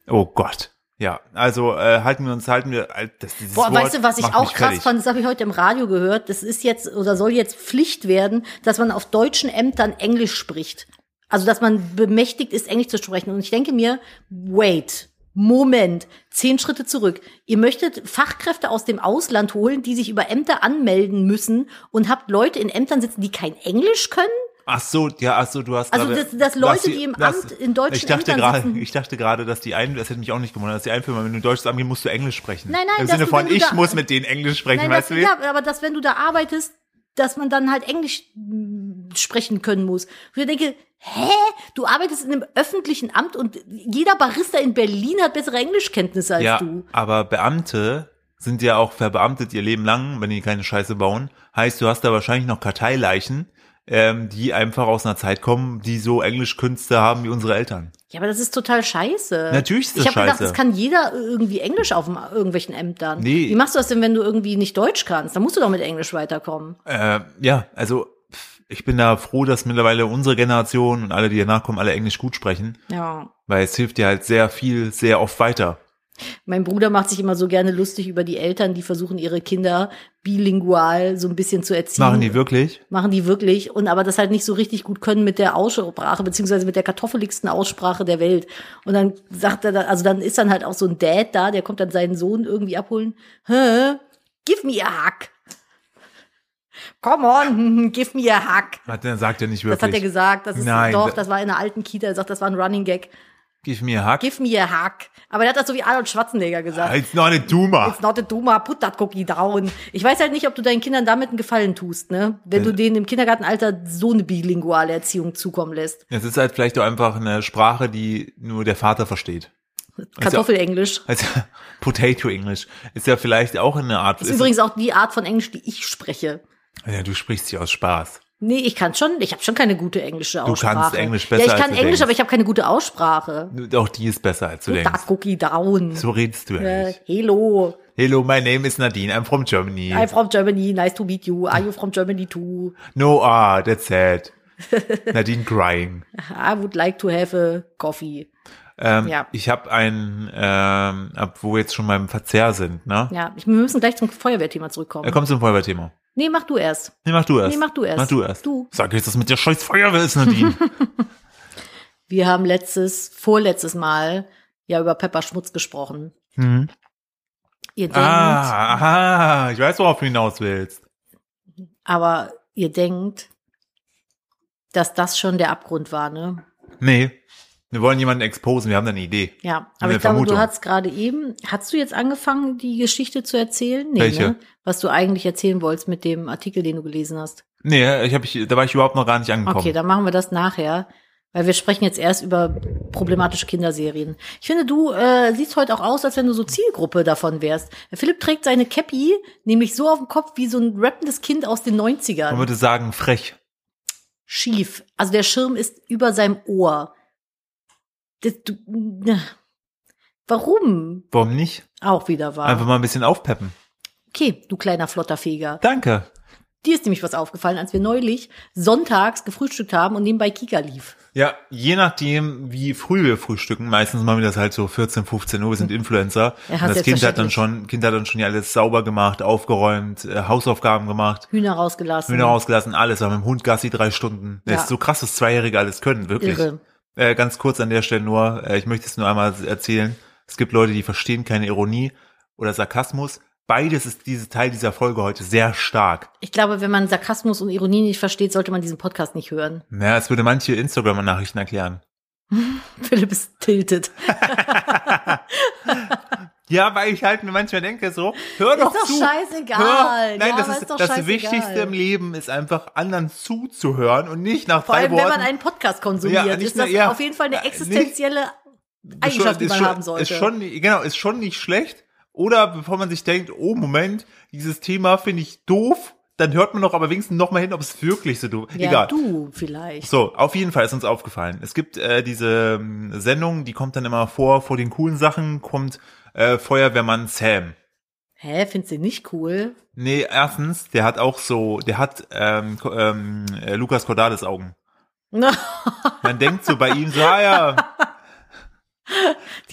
Oh Gott. Ja, also äh, halten wir uns, halten wir. Das, dieses
Boah,
Wort
weißt du, was ich
macht
auch
mich
krass
fertig.
fand, das habe ich heute im Radio gehört, das ist jetzt oder soll jetzt Pflicht werden, dass man auf deutschen Ämtern Englisch spricht. Also, dass man bemächtigt ist, Englisch zu sprechen. Und ich denke mir, wait, Moment, zehn Schritte zurück. Ihr möchtet Fachkräfte aus dem Ausland holen, die sich über Ämter anmelden müssen und habt Leute in Ämtern sitzen, die kein Englisch können?
Ach so, ja, ach so, du hast
Also,
gerade-
dass- dass
du
Leute,
hast
die im Amt- in deutschen
ich dachte
Ämtern
gerade,
sitzen-
ich dachte gerade, dass die ein, das hätte mich auch nicht gewundert, dass die einführen, wenn du in deutsches Amt gehst, musst du Englisch sprechen.
Nein, nein,
Im
dass
Sinne
du,
von
wenn du
ich
da-
muss mit denen Englisch sprechen,
Nein,
weißt
das,
du?
ja, aber dass wenn du da arbeitest, dass man dann halt Englisch mm, sprechen können muss. Und ich denke, hä? Du arbeitest in einem öffentlichen Amt und jeder Barista in Berlin hat bessere Englischkenntnisse als
Ja,
du.
aber Beamte sind ja auch verbeamtet ihr Leben lang, wenn die keine Scheiße bauen. Heißt, du hast da wahrscheinlich noch Karteileichen, ähm, die einfach aus einer Zeit kommen, die so Englischkünste haben wie unsere Eltern.
Ja, aber das ist total scheiße.
Natürlich ist das
Ich habe gedacht,
scheiße.
das kann jeder irgendwie Englisch auf dem, irgendwelchen Ämtern.
Nee.
Wie machst du das denn, wenn du irgendwie nicht Deutsch kannst? Dann musst du doch mit Englisch weiterkommen.
Äh, ja, also pff, ich bin da froh, dass mittlerweile unsere Generation und alle, die danach kommen, alle Englisch gut sprechen,
Ja.
weil es hilft dir halt sehr viel, sehr oft weiter.
Mein Bruder macht sich immer so gerne lustig über die Eltern, die versuchen, ihre Kinder bilingual so ein bisschen zu erziehen.
Machen die wirklich?
Machen die wirklich. Und aber das halt nicht so richtig gut können mit der Aussprache, beziehungsweise mit der kartoffeligsten Aussprache der Welt. Und dann sagt er, dann, also dann ist dann halt auch so ein Dad da, der kommt dann seinen Sohn irgendwie abholen. Hä? Give me a hug. Come on, <laughs> give me a hug.
Hat er sagt er nicht wirklich.
Das hat er gesagt. Das ist
Nein,
doch,
da-
das war in der alten Kita. Er sagt, das war ein Running Gag.
Give me a hug.
Give me a hug. Aber er hat das so wie Arnold Schwarzenegger gesagt.
It's not a Duma.
It's not a Duma, put that cookie down. Ich weiß halt nicht, ob du deinen Kindern damit einen Gefallen tust, ne? Wenn
Äh.
du denen im Kindergartenalter so eine bilinguale Erziehung zukommen lässt.
Es ist halt vielleicht auch einfach eine Sprache, die nur der Vater versteht.
Kartoffelenglisch.
Also <laughs> Potato English ist ja vielleicht auch eine Art.
Ist übrigens auch die Art von Englisch, die ich spreche.
ja, du sprichst sie aus Spaß.
Nee, ich kann schon, ich habe schon keine gute englische Aussprache.
kannst Englisch besser,
Ja, ich
als
kann
du
Englisch,
denkst.
aber ich habe keine gute Aussprache.
Auch die ist besser, als du
Put
denkst.
that cookie down.
So redest du ja
Äh,
nicht.
hello,
Hello, my name is Nadine. I'm from Germany.
I'm from Germany, nice to meet you. Are you from Germany too?
No, ah, that's
<laughs>
sad. Nadine crying.
I would like to have a coffee.
Ähm,
Ja.
Ich habe ein, ähm, ab wo wir jetzt schon beim Verzehr sind, ne?
Ja, ich- wir müssen gleich zum Feuerwehrthema zurückkommen.
Da kommst du zum Feuerwehrthema.
Nee, mach du erst.
Nee, mach du erst.
Nee, mach du erst.
Mach du erst.
Du.
Sag jetzt, das mit der scheiß Feuerwehr ist,
<laughs>
Nadine.
Wir haben letztes, vorletztes Mal ja über Pepperschmutz gesprochen.
mhm.
Ihr denkt,
Ah, aha, ich weiß, worauf du hinaus willst.
aber ihr denkt, dass das schon der Abgrund war, ne?
Nee. Wir wollen jemanden exposen, wir haben da eine Idee.
Ja,
Haben
aber
wir
ich glaube,
Vermutung.
du hast gerade eben, hast du jetzt angefangen, die Geschichte zu erzählen? Nee,
Welche?
ne? Was du eigentlich erzählen wolltest mit dem Artikel, den du gelesen hast.
Nee, ich hab, ich, da war ich überhaupt noch gar nicht angekommen.
Okay, dann machen wir das nachher, weil wir sprechen jetzt erst über problematische Kinderserien. Ich finde, du äh, siehst heute auch aus, als wenn du so Zielgruppe davon wärst. Der Philipp trägt seine Cappy nämlich so auf dem Kopf wie so ein rappendes Kind aus den
Man
90ern.
würde sagen, frech.
Schief. Also der Schirm ist über seinem Ohr. Das, du, na, warum?
Warum nicht?
Auch wieder
Einfach
war.
mal ein bisschen aufpeppen.
Okay, du kleiner flotter Feger.
Danke.
Dir ist nämlich was aufgefallen, als wir neulich sonntags gefrühstückt haben und nebenbei Kika lief.
Ja, je nachdem, wie früh wir frühstücken, meistens machen wir das halt so 14, 15 Uhr, wir sind Influencer.
Hm. Ja,
und das Kind hat dann
selbstverständlich.
schon, Kind hat dann schon ja alles sauber gemacht, aufgeräumt, äh, Hausaufgaben gemacht,
Hühner rausgelassen.
Hühner rausgelassen, alles, war mit dem Hund Gassi drei Stunden. Das
Hm. Ja.
ist so krass, dass Zweijährige alles können, wirklich.
Irre.
Äh, ganz kurz an der Stelle nur, äh, ich möchte es nur einmal erzählen. Es gibt Leute, die verstehen keine Ironie oder Sarkasmus. Beides ist diese Teil dieser Folge heute sehr stark.
Ich glaube, wenn man Sarkasmus und Ironie nicht versteht, sollte man diesen Podcast nicht hören. <laughs>
Ja, es würde manche Instagram-Nachrichten erklären.
Philipp ist tiltet.
Ja, weil ich halt mir manchmal denke so, hör doch
doch
zu.
scheißegal.
Hör, nein,
Ja,
das
aber
ist,
ist doch
das
scheißegal.
Wichtigste im Leben ist einfach anderen zuzuhören und nicht nach
Vor
drei
allem, wenn
Worten.
man einen Podcast konsumiert,
Ja, nicht
ist das
nur- ja.
auf jeden Fall
Äh,
eine
nicht-
existenzielle
Ist
Eigenschaft, die
ist
man
schon,
haben sollte.
Ist schon, genau, ist schon nicht schlecht. Oder bevor man sich denkt, oh Moment, dieses Thema finde ich doof, dann hört man doch aber wenigstens noch mal hin, ob es wirklich so doof.
ja,
Egal.
du vielleicht.
So, auf jeden Fall ist uns aufgefallen. Es gibt äh, diese ähm, Sendung, die kommt dann immer vor, vor den coolen Sachen kommt äh, Feuerwehrmann Sam.
Hä, findest du nicht cool? <laughs>
Nee, erstens, der hat auch so, der hat ähm, Ko- ähm, äh, Lukas Cordalis Augen. Man denkt so bei ihm so, ah ja,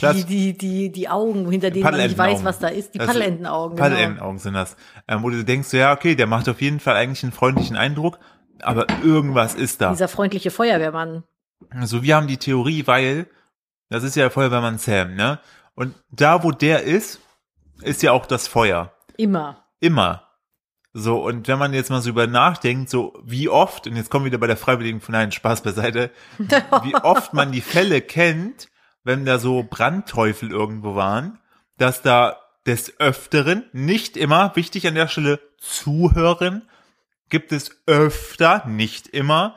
die, die, die, die Augen, hinter denen man nicht weiß,
Paddelentenaugen.
was da ist. Die
Das-
Paddelentenaugen. Genau.
Paddelentenaugen sind das. Ähm, wo du denkst so, ja, okay, der macht auf jeden Fall eigentlich einen freundlichen Eindruck, aber irgendwas ist da.
Dieser freundliche Feuerwehrmann.
Also wir haben die Theorie, weil das ist ja der Feuerwehrmann Sam, ne? Und da, wo der ist, ist ja auch das Feuer.
Immer.
Immer. So, und wenn man jetzt mal so über nachdenkt, so wie oft, und jetzt kommen wir wieder bei der Freiwilligen, nein, Spaß
<laughs>
beiseite, wie oft man die Fälle kennt, wenn da so Brandteufel irgendwo waren, dass da des Öfteren, nicht immer, wichtig an der Stelle, zuhören, gibt es öfter, nicht immer,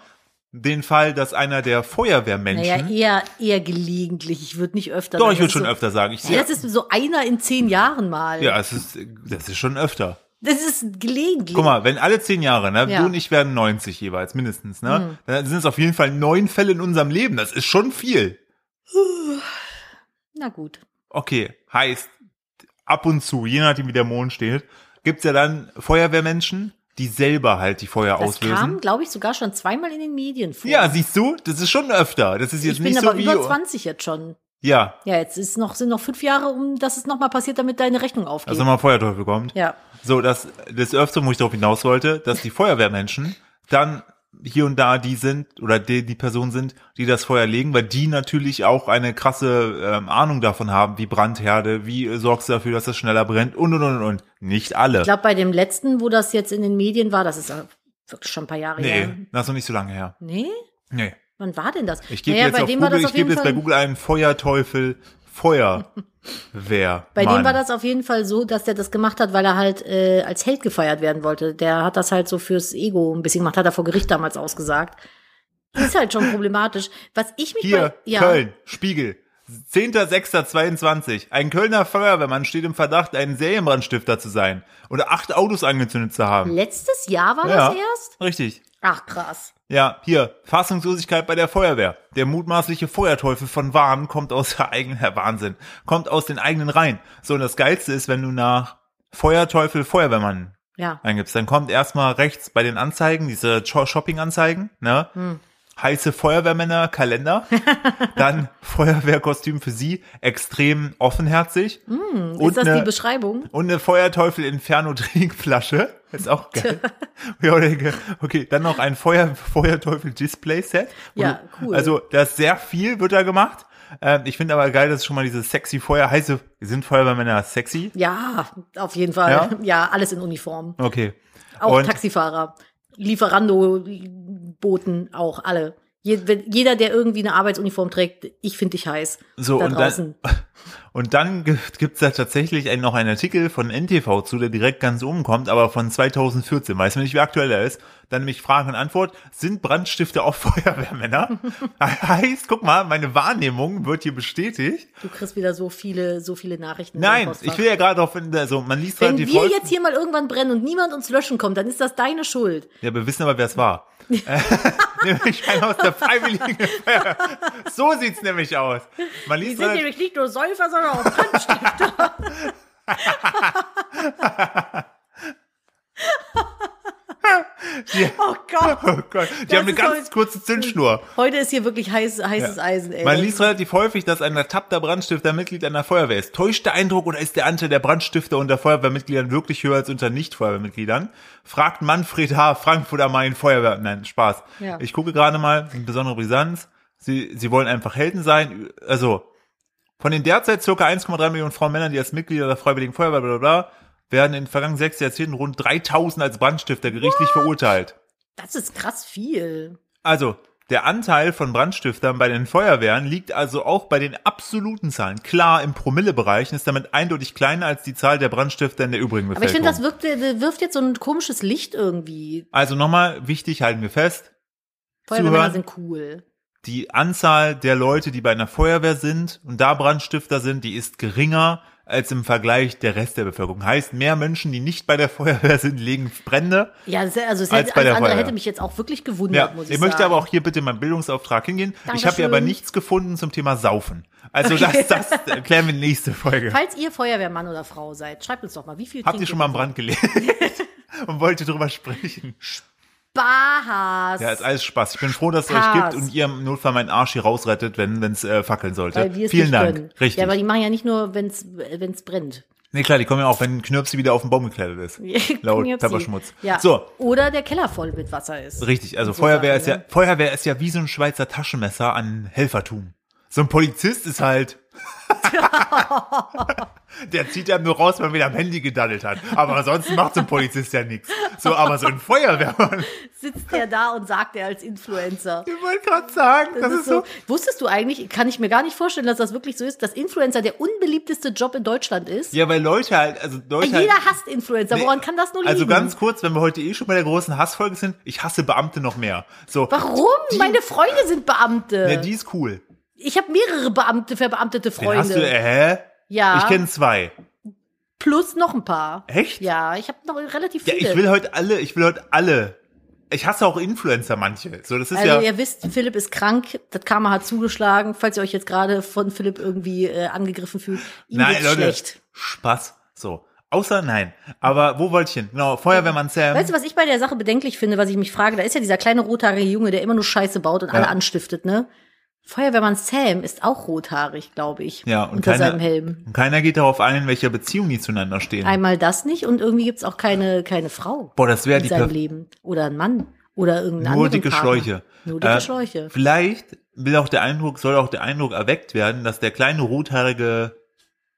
den Fall, dass einer der Feuerwehrmenschen,
Naja, eher, eher gelegentlich. Ich würde nicht öfter
doch,
sagen,
ich würde
das
schon
ist so,
öfter sagen, ich
Ja,
sehe,
das ist so einer in zehn Jahren mal.
ja, es ist, das ist schon öfter.
Das ist gelegentlich.
Guck mal, wenn alle zehn Jahre, ne,
Ja. Mhm.
du und ich werden 90 jeweils, mindestens, ne, dann sind es auf jeden Fall neun Fälle in unserem Leben. Das ist schon viel.
Na gut.
Okay, heißt, ab und zu, je nachdem wie der Mond steht, gibt's ja dann Feuerwehrmenschen, die selber halt die Feuer
Das
auslösen.
kam, glaube ich, sogar schon zweimal in den Medien vor.
ja, siehst du, das ist schon öfter. Das ist jetzt
ich bin
nicht
aber
so wie.
über 20 jetzt schon.
ja,
Ja, jetzt ist noch, sind noch fünf Jahre, um dass es nochmal passiert, damit deine Rechnung aufgeht.
dass nochmal Feuerteufel kommt.
ja.
So, das, das öfter, wo ich darauf hinaus wollte, dass die Feuerwehrmenschen dann hier und da die sind oder die, die Personen sind, die das Feuer legen, weil die natürlich auch eine krasse ähm, Ahnung davon haben, wie Brandherde, wie äh, sorgst du dafür, dass das schneller brennt und und und und. Nicht alle.
Ich glaube, bei dem letzten, wo das jetzt in den Medien war, das ist ja wirklich schon ein paar Jahre
nee,
her.
das ist noch nicht so lange her.
Nee?
Nee.
Wann war denn das?
Ich gebe
Naja,
jetzt auf Google, ich gebe jetzt bei Google einen
<laughs>
Feuerteufel Feuerwehr.
Bei
Mann.
dem war das auf jeden Fall so, dass der das gemacht hat, weil er halt äh, als Held gefeiert werden wollte. Der hat das halt so fürs Ego ein bisschen gemacht, hat er vor Gericht damals ausgesagt. Ist halt schon problematisch. Was ich mich
Hier,
bei, ja,
Köln, Spiegel. 10.06.22. Ein Kölner Feuerwehrmann steht im Verdacht, ein Serienbrandstifter zu sein oder acht Autos angezündet zu haben.
letztes Jahr war
ja,
das erst?
richtig.
Ach krass.
Ja, hier, Fassungslosigkeit bei der Feuerwehr. Der mutmaßliche Feuerteufel von Wahn kommt aus der eigenen, Herr Wahnsinn, kommt aus den eigenen Reihen. So, und das Geilste ist, wenn du nach Feuerteufel Feuerwehrmann
Ja.
eingibst, dann kommt erstmal rechts bei den Anzeigen, diese Cho- Shopping-Anzeigen, ne?
Hm.
Heiße Feuerwehrmänner,
<laughs>
Kalender, dann Feuerwehrkostüm für sie, extrem offenherzig.
Hm, Ist
und,
das die
eine,
Beschreibung?
und eine Feuerteufel Inferno Trinkflasche. Ist
<laughs>
auch geil. ja, denke, okay, dann noch ein Feuer, Feuerteufel Display Set. Wo
Ja,
du-
cool.
Also, da ist sehr viel wird da gemacht. Ähm, ich finde aber geil, dass schon mal dieses sexy Feuer, heiße, sind Feuerwehrmänner sexy?
Ja, auf jeden Fall.
Ja?
<laughs> Ja, alles in Uniform.
Okay.
Auch
Und-
Taxifahrer, Lieferando, Boten, auch alle. Je, wenn, jeder, der irgendwie eine Arbeitsuniform trägt, ich finde dich heiß.
So,
da
und dann-
draußen.
Und dann gibt gibt's da tatsächlich einen, noch einen Artikel von NTV zu, der direkt ganz oben kommt, aber von 2014. Weiß man nicht, wie aktuell er ist. Dann nämlich Frage und Antwort. Sind Brandstifter auch <laughs> Feuerwehrmänner? <laughs> heißt, guck mal, meine Wahrnehmung wird hier bestätigt.
du kriegst wieder so viele, so viele Nachrichten. in deinem
Nein,
Postfach.
ich will ja gerade auf, also man liest
Wenn
relativ
wir
häufig-
jetzt hier mal irgendwann brennen und niemand uns löschen kommt, dann ist das deine Schuld.
Ja, wir wissen aber, wer es
<laughs>
war. <laughs> nämlich einer aus der Freiwilligen Feuerwehr. So sieht's nämlich aus. Man liest relativ-
nämlich nicht nur Säufer, sondern auch Oh Gott.
<laughs> oh Gott, die
Das
haben eine
ist
ganz
doch-
kurze Zündschnur.
Heute ist hier wirklich heiß, heißes Eisen, ey.
Man liest relativ häufig, dass ein ertappter Brandstifter Mitglied einer Feuerwehr ist. Täuscht der Eindruck oder ist der Anteil der Brandstifter unter Feuerwehrmitgliedern wirklich höher als unter Nicht-Feuerwehrmitgliedern? Fragt Manfred H., Frankfurt am Main, Feuerwehr. Nein, Spaß.
Ja.
Ich gucke gerade mal, besondere Brisanz. Sie, sie wollen einfach Helden sein. Also, von den derzeit circa 1,3 Millionen Frauen und Männern, die als Mitglieder der Freiwilligen Feuerwehr, bla, bla, bla, werden in den vergangenen sechs Jahrzehnten rund 3000 als Brandstifter gerichtlich verurteilt.
das ist krass viel.
Also, der Anteil von Brandstiftern bei den Feuerwehren liegt also auch bei den absoluten Zahlen klar im Promillebereich und ist damit eindeutig kleiner als die Zahl der Brandstifter in der übrigen
Aber ich
Bevölkerung.
finde, das wirkt, äh, wirft jetzt so ein komisches Licht irgendwie.
also nochmal, wichtig halten wir fest,
Feuerwehrmänner
Zuhören.
sind cool.
die Anzahl der Leute, die bei einer Feuerwehr sind und da Brandstifter sind, die ist geringer als im Vergleich der Rest der Bevölkerung. Heißt, mehr Menschen, die nicht bei der <laughs> Feuerwehr sind, legen Brände.
Ja, das- also es
Als
hätte,
bei der
alles andere
Feuerwehr.
hätte mich jetzt auch wirklich
Ja,
gewundert, muss
ich,
ich, sagen.
möchte aber auch hier bitte in meinen Bildungsauftrag hingehen. Ich habe hier
Dankeschön.
aber nichts gefunden zum Thema Saufen. Also das, das erklären wir in der nächsten Folge.
Falls ihr Feuerwehrmann oder Frau seid, schreibt uns doch mal, wie viel
Habt ihr
trinkt
schon mal einen Brand gelegt
<laughs>
und wollt drüber sprechen?
Bahas.
Ja, ist alles Spaß. Ich bin froh, dass es euch
Spaß.
gibt und ihr im Notfall meinen Arsch hier rausrettet, wenn es äh, fackeln sollte.
weil wir es
Vielen
nicht
Dank.
können.
Richtig.
Ja, aber die machen ja nicht nur, wenn's wenn's brennt. <laughs>
nee, klar, die kommen ja auch, wenn Knirpsi wieder auf den Baum geklettert ist. Laut
Knirpsi.
Pfefferschmutz.
Ja.
So,
Oder der Keller voll mit Wasser ist.
richtig. Also
So
Feuerwehr
Sachen,
ist ja,
ne?
Feuerwehr ist ja wie so ein Schweizer Taschenmesser an Helfertum. So ein Polizist ist
<laughs>
halt. Der zieht ja nur raus, wenn man wieder am Handy gedaddelt hat. Aber ansonsten macht so ein Polizist ja nichts. So, aber so ein Feuerwehrmann.
Sitzt der da und sagt er
<laughs>
als Influencer.
Ich wollte gerade sagen, das, ist so.
Wusstest du eigentlich, kann ich mir gar nicht vorstellen, dass das wirklich so ist, dass Influencer der unbeliebteste Job in Deutschland ist?
Ja, weil Leute halt, also Leute halt,
Jeder hasst Influencer. Woran kann das nur liegen?
Also ganz kurz, wenn wir heute eh schon bei der großen Hassfolge sind, ich hasse Beamte noch mehr. So.
Warum?
Die-
Meine Freunde sind Beamte.
Ja, die ist cool.
ich habe mehrere Beamte, verbeamtete
Den
Freunde.
hast du, äh, hä?
Ja.
Ich kenne zwei.
Plus noch ein paar.
Echt?
Ja, ich habe noch relativ
Ja,
viele.
ich will heute alle, ich will heute alle. Ich hasse auch Influencer manche. So, das ist
also
ja.
ihr wisst, Philipp ist krank, das Karma hat zugeschlagen. Falls ihr euch jetzt gerade von Philipp irgendwie äh, angegriffen fühlt, ihm
nein,
geht's
Leute,
schlecht.
Spaß. So. Außer nein. Aber wo wollte ich hin? Genau, Feuerwehrmann Sam.
Weißt du, was ich bei der Sache bedenklich finde, was ich mich frage? Da ist ja dieser kleine rothaarige Junge, der immer nur Scheiße baut und alle
Ja.
anstiftet, ne? Feuerwehrmann Sam ist auch rothaarig, glaube ich.
ja, und
unter
keiner,
seinem Helm.
und keiner geht darauf ein, in welcher Beziehung die zueinander stehen.
Einmal das nicht und irgendwie gibt's auch keine, keine Frau
Boah, das wäre
in
die
seinem
per
Leben. Oder ein Mann. Oder irgendein
nur dicke
Partner.
Schläuche.
Nur dicke
Äh,
Schläuche.
Vielleicht will auch der Eindruck, soll auch der Eindruck erweckt werden, dass der kleine rothaarige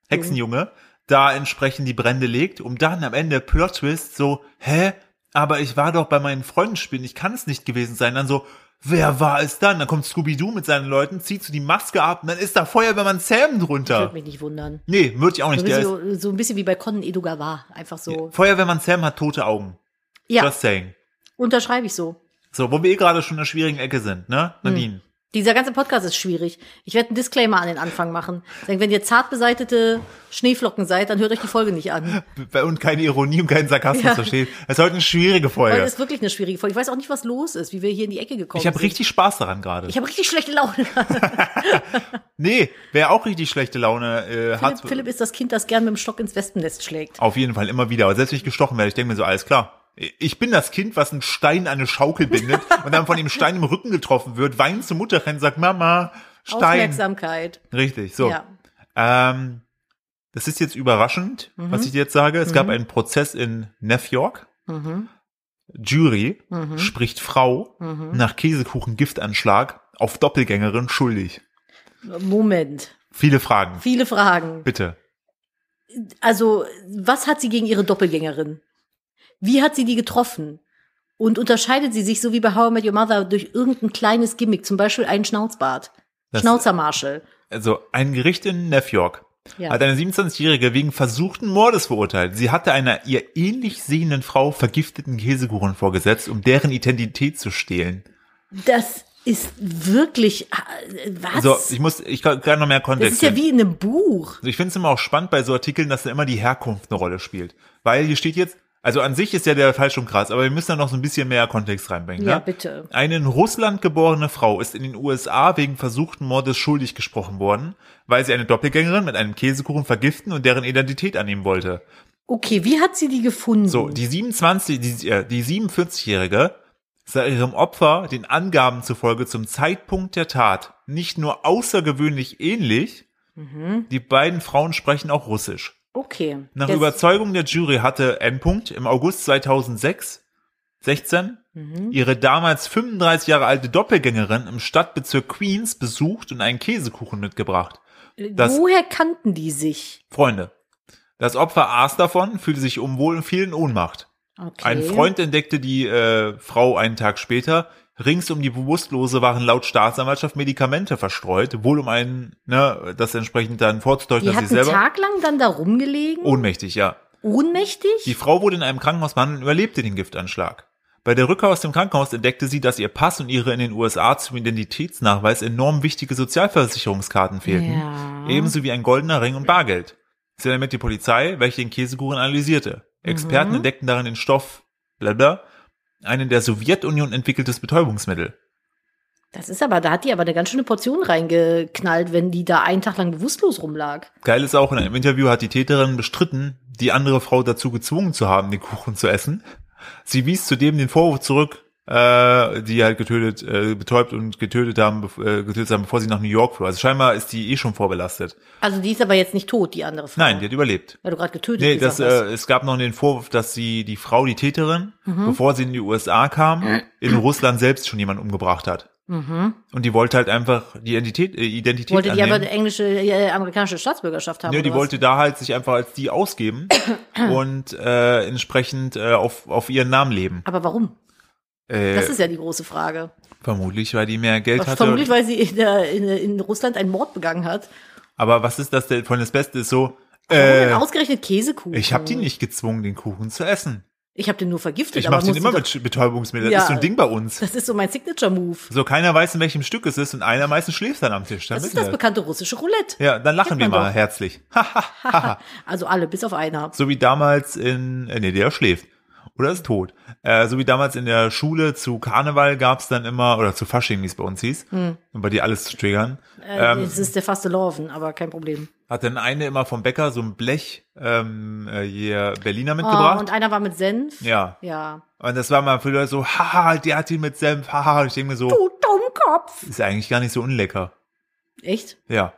Hexenjunge da entsprechend die Brände legt, um dann am Ende Plot Twist so, hä? Aber ich war doch bei meinen Freunden spielen, ich kann es nicht gewesen sein. Dann so, wer war es dann? Dann kommt Scooby-Doo mit seinen Leuten, zieht so die Maske ab und dann ist da Feuerwehrmann Sam
Ich würde
drunter.
mich nicht wundern.
Nee, würde ich auch
So ein,
nicht. Der ist,
bisschen, so ein bisschen wie bei Conan Edogawa. Einfach so.
Feuerwehrmann Sam hat tote Augen.
Ja,
Just saying.
unterschreibe ich so.
So, wo wir eh gerade schon in der schwierigen Ecke sind, ne?
Mhm.
Nadine.
Dieser ganze Podcast ist schwierig. Ich werde einen Disclaimer an den Anfang machen. Sagen, wenn ihr zart beseitete Schneeflocken seid, dann hört euch die Folge nicht
Oh
an.
Bei uns keine Ironie und kein Sarkasmus
Ja.
versteht. Es ist heute eine schwierige
Weil
Folge.
es wirklich eine schwierige Folge. Ich weiß auch nicht, was los ist, wie wir hier in die Ecke gekommen
Ich habe
sind.
richtig Spaß daran gerade.
ich habe richtig
<laughs>
schlechte Laune.
Nee, wer auch richtig schlechte Laune äh, hat,
Philipp, Philipp ist das Kind, das gern mit dem Stock ins Wespennest schlägt.
auf jeden Fall immer wieder. Aber selbst wenn ich gestochen werde, ich denke mir so, alles klar. Ich bin das Kind, was einen Stein an eine Schaukel bindet und dann von dem Stein im Rücken getroffen wird, weint zur Mutter rennt, sagt, Mama, Stein.
Aufmerksamkeit.
Richtig, so.
Ja.
Ähm, das ist jetzt überraschend, was ich dir jetzt sage. Es gab einen Prozess in New York.
Mhm.
Jury
Mhm.
spricht Frau nach Käsekuchen-Giftanschlag auf Doppelgängerin schuldig.
Moment.
Viele Fragen.
Viele Fragen.
Bitte.
Also, was hat sie gegen ihre Doppelgängerin? Wie hat sie die getroffen? Und unterscheidet sie sich, so wie bei How I Met Your Mother, durch irgendein kleines Gimmick, zum Beispiel einen Schnauzbart?
Das-
Schnauzermarschel.
Also ein Gericht in New York
Ja.
hat eine 27-Jährige wegen versuchten Mordes verurteilt. Sie hatte einer ihr ähnlich sehenden Frau vergifteten Käsekuchen vorgesetzt, um deren Identität zu stehlen.
Das ist wirklich, äh, was?
Also ich muss, ich kann kann noch mehr
das
Kontext.
ist ja
nennen.
wie in einem Buch.
Also ich finde es immer auch spannend bei so Artikeln, dass da immer die Herkunft eine Rolle spielt. Weil hier steht jetzt, also an sich ist ja der Fall schon krass, aber wir müssen da noch so ein bisschen mehr Kontext reinbringen.
Ja,
ne?
bitte.
Eine in Russland geborene Frau ist in den USA wegen versuchten Mordes schuldig gesprochen worden, weil sie eine Doppelgängerin mit einem Käsekuchen vergiften und deren Identität annehmen wollte.
Okay, wie hat sie die gefunden?
So, die 27, die, äh, die 47-Jährige sei ihrem Opfer den Angaben zufolge zum Zeitpunkt der Tat nicht nur außergewöhnlich ähnlich, die beiden Frauen sprechen auch Russisch.
Mhm. okay.
Nach
Jetzt-
Überzeugung der Jury hatte Endpunkt im August 2006, 16,
Mhm.
ihre damals 35 Jahre alte Doppelgängerin im Stadtbezirk Queens besucht und einen Käsekuchen mitgebracht. das-
Woher kannten die sich?
Freunde, das Opfer aß davon, fühlte sich unwohl und fiel in Ohnmacht.
Okay.
Ein Freund entdeckte die äh, Frau einen Tag später. Rings um die Bewusstlose waren laut Staatsanwaltschaft Medikamente verstreut, wohl um einen, ne, das entsprechend dann vorzudeuten,
Die
dass
hat
sie
einen
selber
Tag lang dann da rumgelegen?
ohnmächtig, ja.
Ohnmächtig?
Die Frau wurde in einem Krankenhaus behandelt und überlebte den Giftanschlag. Bei der Rückkehr aus dem Krankenhaus entdeckte sie, dass ihr Pass und ihre in den USA zum Identitätsnachweis enorm wichtige Sozialversicherungskarten fehlten,
Ja.
ebenso wie ein goldener Ring und Bargeld. Sie damit die Polizei, welche den Käsekuchen analysierte. Experten
Mhm.
entdeckten darin den Stoff, blablabla, ein in der Sowjetunion entwickeltes Betäubungsmittel.
Das ist aber, da hat die aber eine ganz schöne Portion reingeknallt, wenn die da einen Tag lang bewusstlos rumlag.
Geil ist auch, in einem Interview hat die Täterin bestritten, die andere Frau dazu gezwungen zu haben, den Kuchen zu essen. Sie wies zudem den Vorwurf zurück, äh, die halt getötet, äh, betäubt und getötet haben, bef- äh, getötet haben, bevor sie nach New York fuhr. Also scheinbar ist die eh schon vorbelastet.
Also die ist aber jetzt nicht tot, die andere Frau.
Nein, die hat überlebt.
Weil du gerade getötet
Nee,
gesagt
das, äh, es gab noch den Vorwurf, dass sie die Frau, die Täterin,
Mhm.
bevor sie in die USA
<clears throat>
kam, in Russland selbst schon jemanden umgebracht hat.
hast. Mhm.
Und die wollte halt einfach die Identität, äh, Identität
Wollte die
annehmen.
aber eine englische, äh, amerikanische Staatsbürgerschaft haben?
Nö, die
oder was?
wollte da halt sich einfach als die
<coughs>
ausgeben und äh, entsprechend äh, auf, auf ihren Namen leben.
Aber warum?
Äh,
Das ist ja die große Frage.
vermutlich, weil die mehr Geld hatte.
Vermutlich, weil sie in, der, in, in Russland einen Mord begangen hat.
Aber was ist das denn von das Beste ist so,
Warum denn
äh,
ausgerechnet Käsekuchen?
ich habe die nicht gezwungen, den Kuchen zu essen.
Ich habe den nur vergiftet.
Ich mach den
muss
immer
doch-
mit Sch- Betäubungsmittel.
Ja.
Das ist so ein Ding bei uns.
Das ist so mein Signature-Move.
So, keiner weiß, in welchem Stück es ist und einer meistens schläft dann am Tisch. Dann
Das ist
wissen
das
wir
bekannte russische Roulette.
Ja, dann lachen
Kennt
wir
man
mal
doch.
herzlich. Haha, haha.
Also alle, bis auf einer.
so wie damals in, äh, nee, der schläft. Oder ist tot. Äh, so wie damals in der Schule zu Karneval gab's dann immer, oder zu Fasching, wie es bei uns hieß, um bei dir alles zu triggern,
Hm.
ähm,
Äh, es ist der faste Lorven, aber kein Problem.
hat dann eine immer vom Bäcker so ein Blech ähm, äh, hier Berliner
Oh,
mitgebracht.
und einer war mit Senf.
ja.
Ja.
Und das war mal für Leute so, haha, der hat ihn mit Senf, haha. Und ich denke mir so,
Du Dummkopf.
ist eigentlich gar nicht so unlecker.
Echt?
Ja.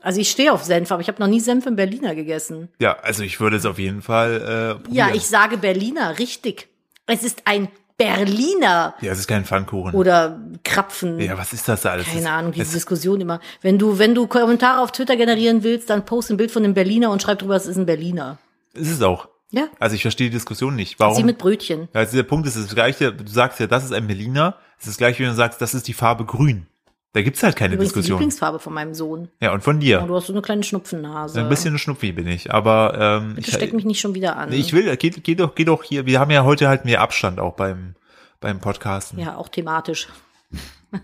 Also ich stehe auf Senf, aber ich habe noch nie Senf in Berliner gegessen.
Ja, also ich würde es auf jeden Fall äh, probieren.
Ja, ich sage Berliner, richtig. Es ist ein Berliner
Ja, es ist kein Pfannkuchen.
oder Krapfen.
ja, was ist das da alles? Das-
Keine Ahnung, diese
das-
Diskussion immer. Wenn du, wenn du Kommentare auf Twitter generieren willst, dann post ein Bild von einem Berliner und schreib drüber, es ist ein Berliner.
Ist es auch.
Ja.
Also ich verstehe die Diskussion nicht. Warum?
Sie mit Brötchen.
also der Punkt ist das gleiche, du sagst ja, das ist ein Berliner, es ist das gleiche, wie wenn du sagst, das ist die Farbe grün. Da gibt's halt keine
Übrigens die
Diskussion.
Lieblingsfarbe von meinem Sohn.
Ja, und von dir.
Und du äh, hast so eine kleine Schnupfennase.
So ein bisschen schnupfi bin ich, aber ähm,
Bitte
ich,
steck mich nicht schon wieder an.
ich will, geh, geh doch, geh doch hier, wir haben ja heute halt mehr Abstand auch beim, beim Podcasten.
ja, auch thematisch.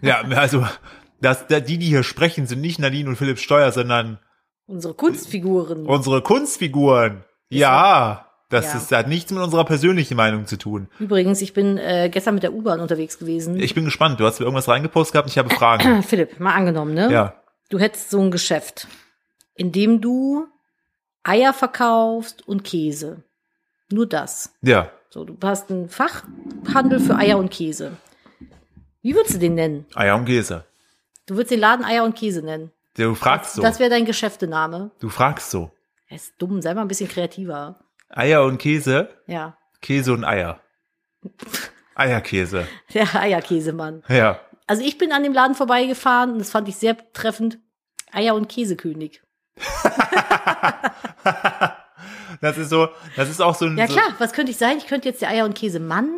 Ja, also das, da- die, die hier sprechen, sind nicht Nadine und Philipp Steuer, sondern
Unsere Kunstfiguren.
unsere Kunstfiguren. Ja, das
Ja.
Ist, hat nichts mit unserer persönlichen Meinung zu tun.
Übrigens, ich bin äh, gestern mit der U-Bahn unterwegs gewesen. Ah,
Ich bin gespannt. Du hast mir irgendwas reingepostet gehabt. Ich habe
<clears throat>
Fragen.
Philipp, mal angenommen, ne?
ja.
Du hättest so ein Geschäft, in dem du Eier verkaufst und Käse. Nur das.
Ja.
So, du hast einen Fachhandel für Eier und Käse. Wie würdest du den nennen?
Eier und Käse.
Du würdest den Laden Eier und Käse nennen.
Du fragst so.
Das wäre dein Geschäftename.
Du fragst so.
Er ist dumm, sei mal ein bisschen kreativer.
Eier und Käse.
Ja. <laughs>
Käse und Eier. Eierkäse.
Der Eierkäsemann.
Ja.
Also ich bin an dem Laden vorbeigefahren und das fand ich sehr treffend. Eier- und Käsekönig.
Das ist so, das ist auch so ein.
Ja
so,
klar, was könnte ich sein? Ich könnte jetzt der Eier- und Käsemann,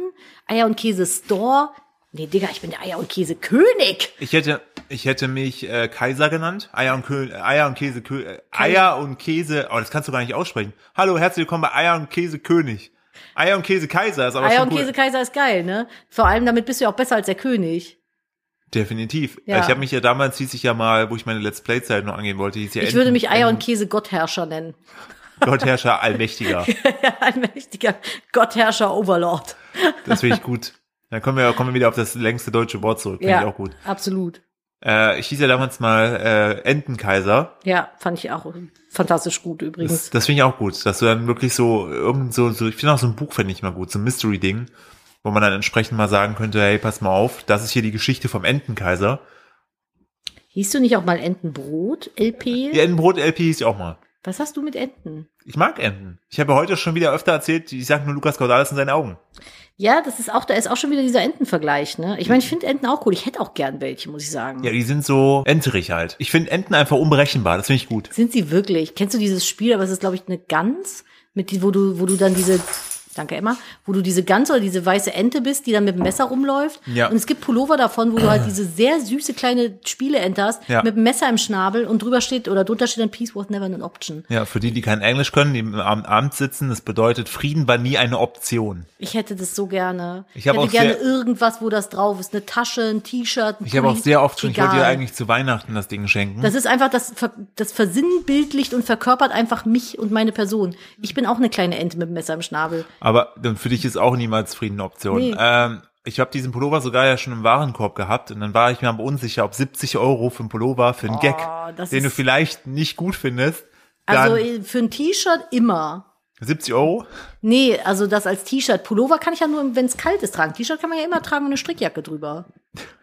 Eier- und Käse-Store. Nee, Digga, ich bin der Eier- und Käsekönig.
Ich hätte, ich hätte mich äh, Kaiser genannt. Eier und, Kö Eier und Käse. Kö äh, Eier und Käse. Oh, das kannst du gar nicht aussprechen. Hallo, herzlich willkommen bei Eier und Käse König. Eier und Käse Kaiser ist aber
Eier-
schon
und
cool.
Käsekaiser ist geil, ne? Vor allem damit bist du ja auch besser als der König.
Definitiv. Äh,
Ja.
Ich habe mich ja damals, hieß ich ja mal, wo ich meine Let's Play-Zeit noch angehen wollte, hieß ja
Ich würde mich Eier- und Käse-Gottherrscher nennen. <laughs>
Gottherrscher Allmächtiger.
Ein mächtiger Gottherrscher-Overlord.
Das finde ich gut. Dann kommen wir, kommen wir wieder auf das längste deutsche Wort zurück. Finde
Ja,
ich auch gut.
absolut.
Äh, ich hieß ja damals mal äh, Entenkaiser.
Ja, fand ich auch fantastisch gut
Das,
übrigens.
das finde ich auch gut, dass du dann wirklich so irgend so, so ich finde auch so ein Buch fände ich mal gut, so ein Mystery-Ding, wo man dann entsprechend mal sagen könnte, hey, pass mal auf, das ist hier die Geschichte vom Entenkaiser.
Hieß du nicht auch mal Entenbrot, LP?
Die Entenbrot-LP hieß ich auch mal.
Was hast du mit Enten?
Ich mag Enten. Ich habe ja heute schon wieder öfter erzählt, ich sage nur Lukas Cordalis in seinen Augen.
Ja, das ist auch, da ist auch schon wieder dieser Entenvergleich, ne? Ich meine,
Mhm.
ich finde Enten auch cool. Ich hätte auch gern welche, muss ich sagen.
Ja, die sind so enterig halt. Ich finde Enten einfach unberechenbar, das finde ich gut.
Sind sie wirklich? Kennst du dieses Spiel, aber es ist, glaube ich, eine Gans, mit die, wo du, wo du dann diese, danke Emma, wo du diese Gans oder diese weiße Ente bist, die dann mit dem Messer rumläuft.
Ja.
Und es gibt Pullover davon, wo du halt diese sehr süße kleine Spieleente hast,
Ja.
mit dem Messer im Schnabel und drüber steht oder drunter steht dann Peace was never an option.
Ja, für die, die kein Englisch können, die am Amt sitzen, das bedeutet, Frieden war nie eine Option.
Ich hätte das so gerne.
Ich hab
hätte
auch
gerne
sehr-
irgendwas, wo das drauf ist. Eine Tasche, ein T-Shirt, ein
Ich habe auch
Pulli.
sehr oft schon, ich wollte dir
Egal.
eigentlich zu Weihnachten das Ding schenken.
Das ist einfach, das, ver- das versinnbildlicht und verkörpert einfach mich und meine Person. Ich bin auch eine kleine Ente mit dem Messer im Schnabel.
aber dann für dich ist auch niemals Frieden eine Option.
Nee.
Ähm, ich habe diesen Pullover sogar ja schon im Warenkorb gehabt und dann war ich mir aber unsicher, ob 70 Euro für einen Pullover, für einen Gag,
Oh, das
den du
ist-
vielleicht nicht gut findest, dann
Also äh, für ein T-Shirt immer.
70 Euro.
Nee, also das als T-Shirt. Pullover kann ich ja nur, wenn es kalt ist, tragen. T-Shirt kann man ja immer tragen und eine Strickjacke drüber.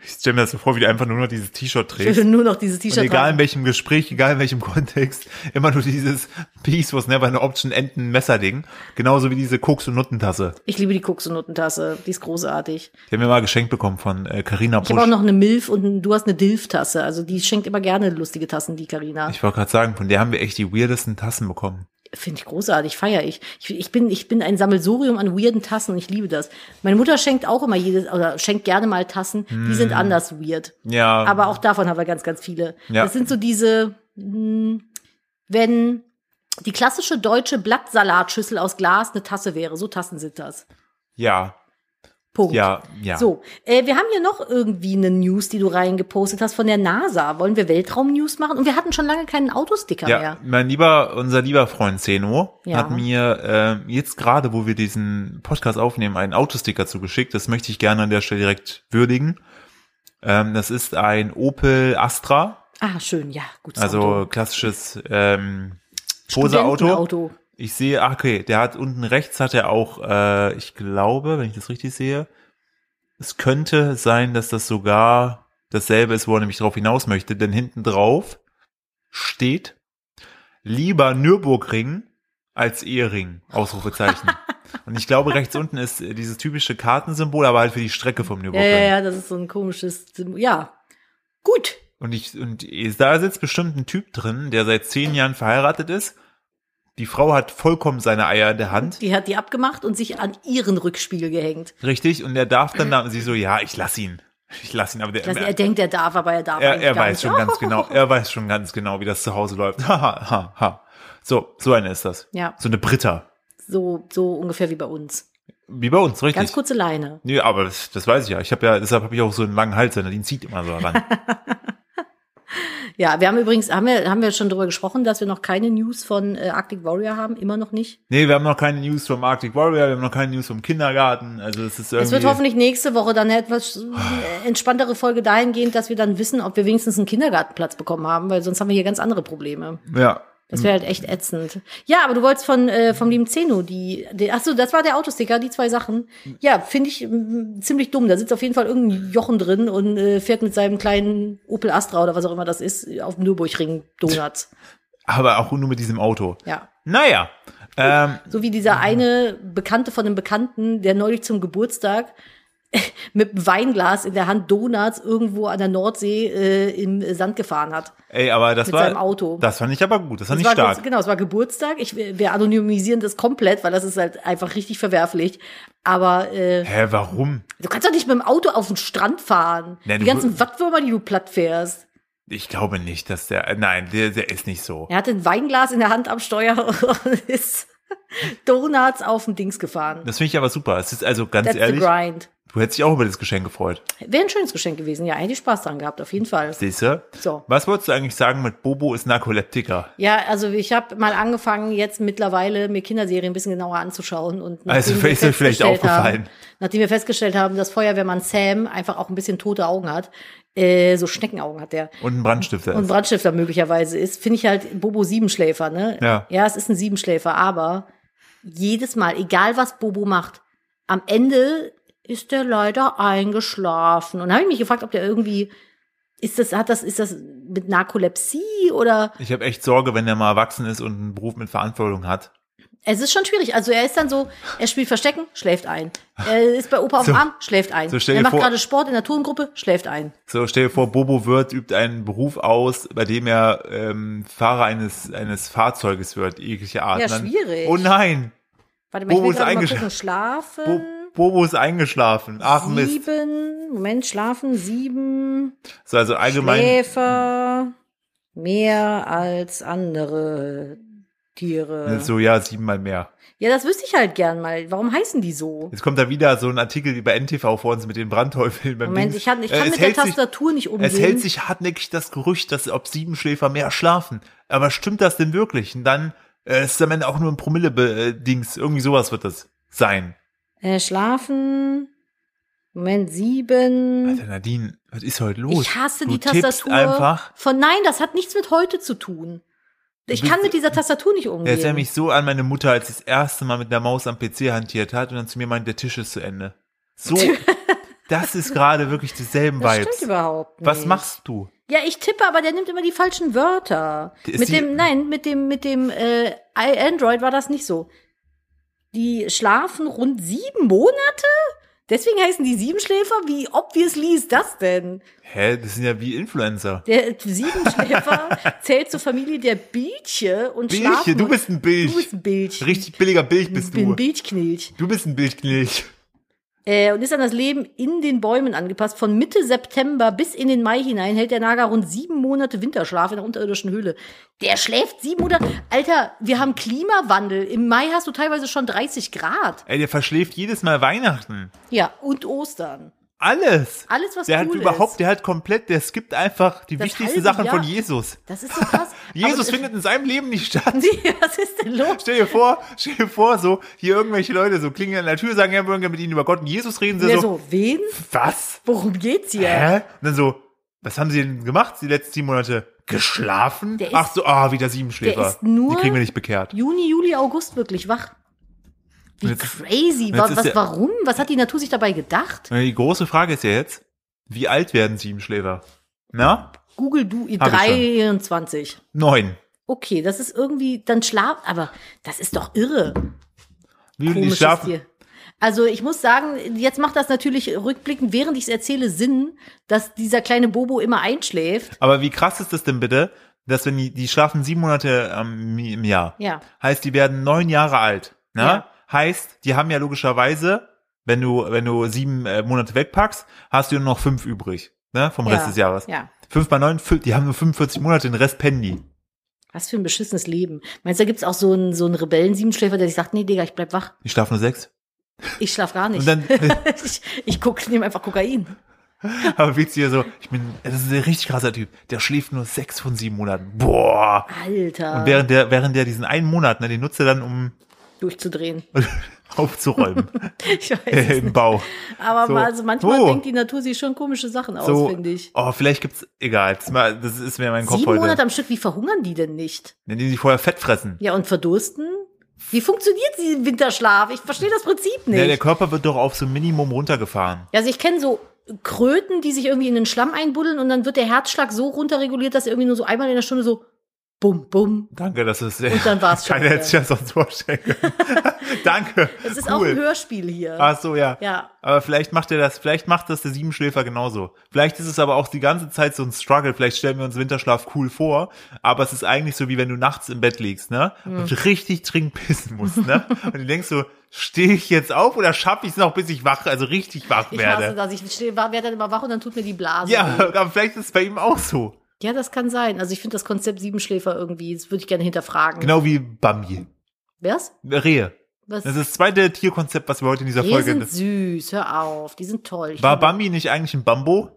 Ich stelle mir das so vor, wie du einfach nur noch dieses T-Shirt
Ich
trägst.
will <laughs> nur noch dieses
Und
T-Shirt
egal in
tragen.
welchem Gespräch, egal in welchem <laughs> Kontext, immer nur dieses Peace was never an option enden Messer-Ding. Genauso wie diese Koks- und Nuttentasse.
Ich liebe die Koks- und Nuttentasse. Die ist großartig.
Die haben wir mal geschenkt bekommen von äh, Carina
Ich habe auch
Busch.
noch eine Milf und ein- du hast eine Dilf-Tasse. Also die schenkt immer gerne lustige Tassen, die Karina.
Ich wollte gerade sagen, von der haben wir echt die weirdesten Tassen bekommen.
Finde ich großartig, feiere ich. ich. Ich bin, ich bin ein Sammelsurium an weirden Tassen und ich liebe das. Meine Mutter schenkt auch immer jedes, oder schenkt gerne mal Tassen,
Mm.
die sind anders weird.
Ja,
Aber auch davon haben wir ganz, ganz viele.
Ja.
Das sind so diese, hm, mh, wenn die klassische deutsche Blattsalatschüssel aus Glas eine Tasse wäre, so Tassen sind das.
Ja,
Punkt.
ja, ja.
So, äh, wir haben hier noch irgendwie eine News, die du reingepostet hast von der NASA. Wollen wir Weltraum-News machen? Und wir hatten schon lange keinen Autosticker
Ja,
mehr.
mein lieber, unser lieber Freund Zeno
Ja.
hat mir äh, jetzt gerade, wo wir diesen Podcast aufnehmen, einen Autosticker zugeschickt. Das möchte ich gerne an der Stelle direkt würdigen. Ähm, das ist ein Opel Astra,
Ah, schön, ja, gutes
also
Auto.
klassisches ähm, Poseauto.
Studentenauto.
Ich sehe, ach okay, der hat unten rechts hat er auch, äh, ich glaube, wenn ich das richtig sehe, es könnte sein, dass das sogar dasselbe ist, wo er nämlich drauf hinaus möchte, denn hinten drauf steht lieber Nürburgring als Ehering,
<laughs>
Ausrufezeichen. Und ich glaube, rechts unten ist äh, dieses typische Kartensymbol, aber halt für die Strecke vom
Ja,
Nürburgring.
ja, ja, das ist so ein komisches, Sim- ja. Gut.
Und ich, und da sitzt bestimmt ein Typ drin, der seit zehn Jahren verheiratet ist. Die Frau hat vollkommen seine Eier in der Hand.
Die hat die abgemacht und sich an ihren Rückspiegel gehängt.
Richtig, und er darf dann,
<laughs>
da, sie so, ja, ich lass ihn. Ich lass ihn, aber der,
Das, er
er,
denkt, er darf, aber er darf
er,
eigentlich gar
weiß
nicht.
schon ganz genau, er weiß schon ganz genau, wie das zu Hause läuft. Ha, ha, ha, ha. So, so eine ist das.
Ja.
So eine Britta.
So, so ungefähr wie bei uns.
Wie bei uns, richtig.
Ganz kurze Leine.
Nee, aber das, das weiß ich ja. Ich habe ja, deshalb habe ich auch so einen langen Hals, denn den zieht immer so
<laughs>
ran.
Ja, wir haben übrigens, haben wir, haben wir schon drüber gesprochen, dass wir noch keine News von äh, Arctic Warrior haben, immer noch nicht.
nee, wir haben noch keine News vom Arctic Warrior, wir haben noch keine News vom Kindergarten. Also es ist irgendwie. Ah.
Es wird hoffentlich nächste Woche dann eine etwas äh, entspanntere Folge dahingehend, dass wir dann wissen, ob wir wenigstens einen Kindergartenplatz bekommen haben, weil sonst haben wir hier ganz andere Probleme.
ja.
Das wäre halt echt ätzend. Ja, aber du wolltest von äh, vom lieben Zeno die, die ach so, das war der Autosticker, die zwei Sachen. Ja, finde ich mm, ziemlich dumm. Da sitzt auf jeden Fall irgendein Jochen drin und äh, fährt mit seinem kleinen Opel Astra oder was auch immer das ist auf dem Nürburgring Donuts.
Aber auch nur mit diesem Auto.
Ja.
Naja. Ähm,
So wie dieser eine Bekannte von einem Bekannten, der neulich zum Geburtstag <laughs> mit einem Weinglas in der Hand Donuts irgendwo an der Nordsee äh, im Sand gefahren hat.
ey, aber das
Mit
war.
seinem Auto.
Das fand ich aber gut. Das fand
Es
ich
war,
stark.
Genau, es war Geburtstag. Ich, wir anonymisieren das komplett, weil das ist halt einfach richtig verwerflich. Aber äh,
Hä, warum?
du kannst doch nicht mit dem Auto auf den Strand fahren.
Ja,
die
du-
ganzen Wattwürmer, die du platt fährst.
Ich glaube nicht, dass der. äh, Nein, der, der ist nicht so.
Er hatte ein Weinglas in der Hand am Steuer <laughs> und ist Donuts auf dem Dings gefahren.
Das finde ich aber super. Es ist also ganz
That's the
ehrlich,
grind.
du hättest dich auch über das Geschenk gefreut.
Wäre ein schönes Geschenk gewesen. Ja, hätte ich Spaß dran gehabt, auf jeden Fall.
Siehst du?
So.
Was wolltest du eigentlich sagen mit Bobo ist Narkoleptiker?
Ja, also ich habe mal angefangen, jetzt mittlerweile mir Kinderserien ein bisschen genauer anzuschauen. Und
Also
nachdem wir
ist dir vielleicht
festgestellt
aufgefallen.
Haben, nachdem wir festgestellt haben, dass Feuerwehrmann Sam einfach auch ein bisschen tote Augen hat, äh, so Schneckenaugen hat der
Und ein Brandstifter.
und
ist.
Brandstifter möglicherweise ist, finde ich halt Bobo Siebenschläfer, ne?
Ja.
Ja, es ist ein Siebenschläfer, aber jedes Mal, egal was Bobo macht, am Ende ist der leider eingeschlafen. Und habe ich mich gefragt, ob der irgendwie, ist das, hat das, ist das mit Narkolepsie oder
Ich habe echt Sorge, wenn der mal erwachsen ist und einen Beruf mit Verantwortung hat.
Es ist schon schwierig. Also er ist dann so, er spielt Verstecken, schläft ein. Er ist bei Opa auf dem
So.
Arm, schläft ein.
So, stell
er
dir
macht
vor-
gerade Sport in der Turngruppe, schläft ein.
So, stell dir vor, Bobo wird, übt einen Beruf aus, bei dem er ähm, Fahrer eines, eines Fahrzeuges wird, jeglicher Art.
Ja,
Dann-
schwierig.
Oh nein,
Warte mal, ich
Bobo
will
ist
gerade mal
eingeschlafen.
gucken. Schlafen.
Bo Bobo ist eingeschlafen. Ach Mist.
sieben. Moment, schlafen sieben.
So, also allgemein,
Schläfer. Mehr als andere Tiere.
so ja, siebenmal mehr.
Ja, das wüsste ich halt gern mal. Warum heißen die so?
Jetzt kommt da wieder so ein Artikel wie bei NTV vor uns mit den Brandteufeln. Beim
Moment,
Dings.
ich, kann- ich
Äh,
kann
es
mit der
hält sich-
Tastatur nicht umgehen.
Es hält sich hartnäckig das Gerücht, dass ob Siebenschläfer mehr schlafen. Aber stimmt das denn wirklich? Und dann äh, ist es am Ende auch nur ein Promille-Dings. Irgendwie sowas wird das sein.
äh, schlafen. Moment, sieben.
Alter, Nadine, was ist heute los?
Hm. Ich hasse
du
die
tippst
Tastatur.
einfach.
Von nein, das hat nichts mit heute zu tun. Ich
Du
kann
bist-
mit dieser Tastatur nicht
Er erinnert
umgehen.
mich so an meine Mutter, als sie das erste Mal mit der Maus am PC hantiert hat und dann zu mir meint, der Tisch ist zu Ende. So,
<laughs>
das ist gerade wirklich dieselben
das
Vibes.
stimmt überhaupt nicht.
Was machst du?
Ja, ich tippe, aber der nimmt immer die falschen Wörter.
Ist
mit
die-
dem, nein, mit dem, mit dem äh, Android war das nicht so. Die schlafen rund sieben Monate? Deswegen heißen die Siebenschläfer? Wie obviously ist das denn?
Hä, das sind ja wie Influencer.
Der
<laughs>
Siebenschläfer zählt zur Familie der Bilche und
Bilche,
schlafen.
du bist ein Bilch.
Du bist ein Bilch.
Richtig billiger Bilch
Ich
bist
bin
du.
Bilchknilch.
Du bist ein Bilchknilch.
Äh, und ist an das Leben in den Bäumen angepasst. Von Mitte September bis in den Mai hinein hält der Naga rund sieben Monate Winterschlaf in der unterirdischen Höhle. Der schläft sieben Monate. Alter, wir haben Klimawandel. Im Mai hast du teilweise schon 30 Grad.
Ey, der verschläft jedes Mal Weihnachten.
Ja, und Ostern.
Alles.
Alles, was
der
cool
hat überhaupt,
ist.
der hat komplett, der skippt einfach die
Das
wichtigsten
halbe
Sachen von
Jahr.
Jesus.
Das ist so krass.
<laughs> Jesus
Aber-
findet in seinem Leben nicht statt.
<laughs> Nee, was ist denn los?
Stell dir vor, stell dir vor, so hier irgendwelche Leute so klingen an der Tür, sagen, ja, wir wollen gerne mit ihnen über Gott und Jesus reden. Sie
Der
so,
so, wen?
was?
Worum geht's hier?
Hä? Und dann so, was haben sie denn gemacht die letzten sieben Monate? Geschlafen?
Der ist-
Ach so, ah, wieder sieben Schläfer.
der ist nur-
die kriegen wir nicht bekehrt.
Juni, Juli, August wirklich wach. Wie
Jetzt-
crazy.
jetzt
Was,
ist
was,
der-
warum? Was hat die Natur sich dabei gedacht?
Äh, Die große Frage ist ja jetzt, wie alt werden sieben Schläfer? Na?
Google du i
Hab ich schon.
23.
Neun.
Okay, das ist irgendwie, dann schlaf, aber das ist doch irre.
Wie die
Komisches
schlafen-
Tier. Also ich muss sagen, jetzt macht das natürlich rückblickend, während ich es erzähle, Sinn, dass dieser kleine Bobo immer einschläft.
Aber wie krass ist das denn bitte, dass wenn die, die schlafen sieben Monate ähm, im Jahr,
Ja.
heißt, die werden neun Jahre alt. Ne?
Ja.
Heißt, die haben ja logischerweise, wenn du, wenn du sieben äh, Monate wegpackst, hast du nur noch fünf übrig, ne? Vom
ja,
Rest des Jahres.
Ja.
Fünf mal neun, fü- die haben nur 45 Monate, den Rest pennen die.
Was für ein beschissenes Leben. Meinst du, da gibt's auch so einen, so einen Rebellen-Siebenschläfer, der sich sagt, nee, Digga, ich bleib wach.
Die schlafen nur sechs.
Ich schlaf gar nicht.
Und dann, <laughs>
ich <laughs> ich guck, nehme einfach Kokain.
aber wie hier so, ich bin, das ist ein richtig krasser Typ. Der schläft nur sechs von sieben Monaten. Boah.
Alter.
Und während der, während der diesen einen Monat, ne, den nutzt er dann, um <laughs>
durchzudrehen. <laughs>
aufzuräumen.
Ich weiß
äh, <laughs>
es
Im
nicht. <laughs>
Bau.
Aber
So.
mal- also manchmal
Oh.
denkt die Natur sich schon komische Sachen aus,
So,
finde ich.
oh, vielleicht gibt's, egal, das ist mal- das ist mir mein Kopf
Sieben
heute.
Monate am Stück, wie verhungern die denn nicht?
Wenn die sich vorher Fett fressen.
Ja, und verdursten? Wie funktioniert sie Winterschlaf? Ich verstehe das Prinzip
Ja, der
nicht.
Körper wird doch auf so ein Minimum runtergefahren.
also ich kenne so Kröten, die sich irgendwie in den Schlamm einbuddeln und dann wird der Herzschlag so runterreguliert, dass er irgendwie nur so einmal in der Stunde so bum, bum.
Danke, das ist
Und dann
<laughs>
war's schon
Keiner hätte
wieder.
sich das sonst vorstellen können. <laughs> Danke.
Es ist
cool. Ah,
auch ein Hörspiel hier.
Ach so, ja.
Ja.
Aber vielleicht macht er das, vielleicht macht das der Siebenschläfer genauso. Vielleicht ist es aber auch die ganze Zeit so ein Struggle. Vielleicht stellen wir uns Winterschlaf cool vor, aber es ist eigentlich so, wie wenn du nachts im Bett liegst, ne?
Mhm.
Und richtig dringend pissen musst,
<laughs>
ne? Und du denkst so, stehe ich jetzt auf oder schaffe ich es noch, bis ich wach, also richtig wach
Ich
werde?
hasse das. Ich stehe- werde dann immer wach und dann tut mir die Blase.
Ja,
weh.
aber vielleicht ist es bei ihm auch so.
ja, das kann sein. Also ich finde das Konzept Siebenschläfer irgendwie, das würde ich gerne hinterfragen.
Genau wie Bambi.
Wär's?
Rehe.
Was?
Das ist das zweite Tierkonzept, was wir heute in dieser
Die
Folge
sind süß, hör auf, die sind toll. Ich
War
finde,
Bambi nicht eigentlich ein Bambo?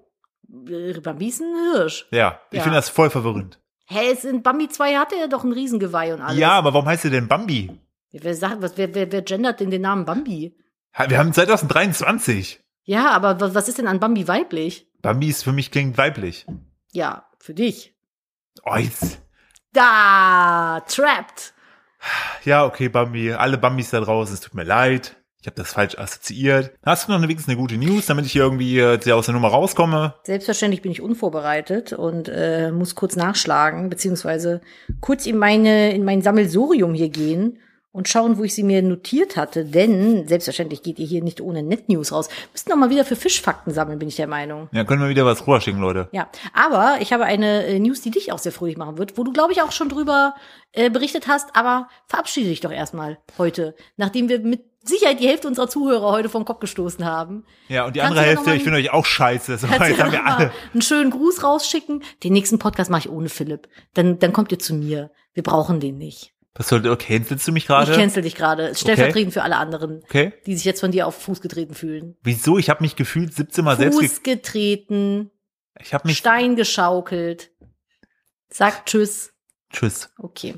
äh, Bambi ist ein Hirsch.
Ja. Ich
Ja.
finde das voll verwirrend.
Hä, es in Bambi 2 hatte er doch ein Riesengeweih und alles.
Ja, aber warum heißt er denn Bambi?
Wer, sagt, was, wer, wer, wer gendert denn den Namen Bambi?
Ha- Wir haben 2023.
Ja, aber was, was ist denn an Bambi weiblich?
Bambi ist für mich klingt weiblich.
Ja, für dich.
Oh, jetzt.
Da, trapped.
Ja, okay, Bambi. Alle Bambis da draußen, es tut mir leid. Ich habe das falsch assoziiert. Hast du noch wenigstens eine gute News, damit ich hier irgendwie äh, aus der Nummer rauskomme?
Selbstverständlich bin ich unvorbereitet und äh, muss kurz nachschlagen, beziehungsweise kurz in, meine, in mein Sammelsurium hier gehen und schauen, wo ich sie mir notiert hatte. Denn selbstverständlich geht ihr hier nicht ohne Netnews raus. Müssten auch mal wieder für Fischfakten sammeln, bin ich der Meinung.
Ja, können wir wieder was rüberschicken, Leute.
Ja, aber ich habe eine äh, News, die dich auch sehr fröhlich machen wird, wo du, glaube ich, auch schon drüber äh, berichtet hast. Aber verabschiede dich doch erstmal heute, nachdem wir mit Sicherheit die Hälfte unserer Zuhörer heute vom Kopf gestoßen haben.
Ja, und die andere
Kannst du mir noch
Hälfte,
mal-
ich finde euch auch scheiße. So,
Kannst
jetzt
du
haben
noch
wir
mal
alle.
einen schönen Gruß rausschicken? Den nächsten Podcast mache ich ohne Philipp. Dann, dann kommt ihr zu mir. Wir brauchen den nicht.
Was sollte, okay, sitzt du mich
Ich
gerade?
cancel dich gerade. Stellvertretend für alle anderen,
Okay.
die sich jetzt von dir auf Fuß getreten fühlen.
Wieso? Ich habe mich gefühlt 17 Mal selbst ge
Fuß getreten,
Ich habe mich.
Stein geschaukelt. Sag Tschüss.
Tschüss.
Okay,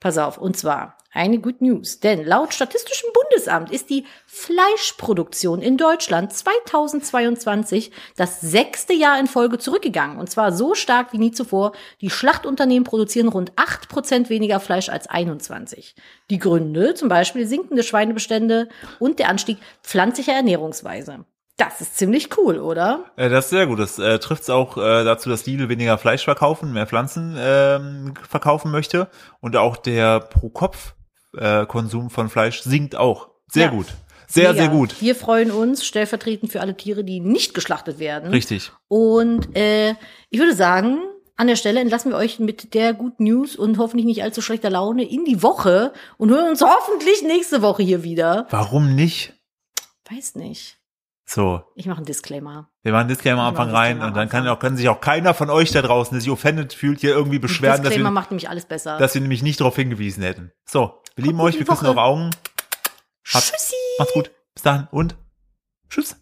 pass auf. Und zwar eine Good News, denn laut Statistischem Bundesamt ist die Fleischproduktion in Deutschland 2022 das sechste Jahr in Folge zurückgegangen. Und zwar so stark wie nie zuvor. Die Schlachtunternehmen produzieren rund 8% weniger Fleisch als 21. Die Gründe zum Beispiel sinkende Schweinebestände und der Anstieg pflanzlicher Ernährungsweise. Das ist ziemlich cool, oder?
Äh, das ist sehr gut. Das äh, trifft auch äh, dazu, dass Lidl weniger Fleisch verkaufen, mehr Pflanzen ähm, verkaufen möchte. Und auch der Pro-Kopf-Konsum von Fleisch sinkt auch. Sehr
Ja.
gut. Sehr,
Mega.
sehr gut.
Wir freuen uns stellvertretend für alle Tiere, die nicht geschlachtet werden.
Richtig.
Und äh, ich würde sagen, an der Stelle entlassen wir euch mit der guten News und hoffentlich nicht allzu schlechter Laune in die Woche <laughs> und hören uns hoffentlich nächste Woche hier wieder.
Warum nicht?
Weiß nicht.
So,
Ich mache einen Disclaimer.
wir machen Disclaimer am
Wir machen
Anfang rein
Disclaimer
und
am
dann kann,
Anfang.
auch, kann sich auch keiner von euch da draußen, der sich offended fühlt, hier irgendwie beschweren, dass
Disclaimer
wir,
macht nämlich alles besser.
dass wir nämlich nicht darauf hingewiesen hätten. So, wir lieben
Kommt gut
euch,
in
wir
die
küssen
Woche.
eure Augen. Habt-
Tschüssi!
Macht's gut. Bis dahin und tschüss.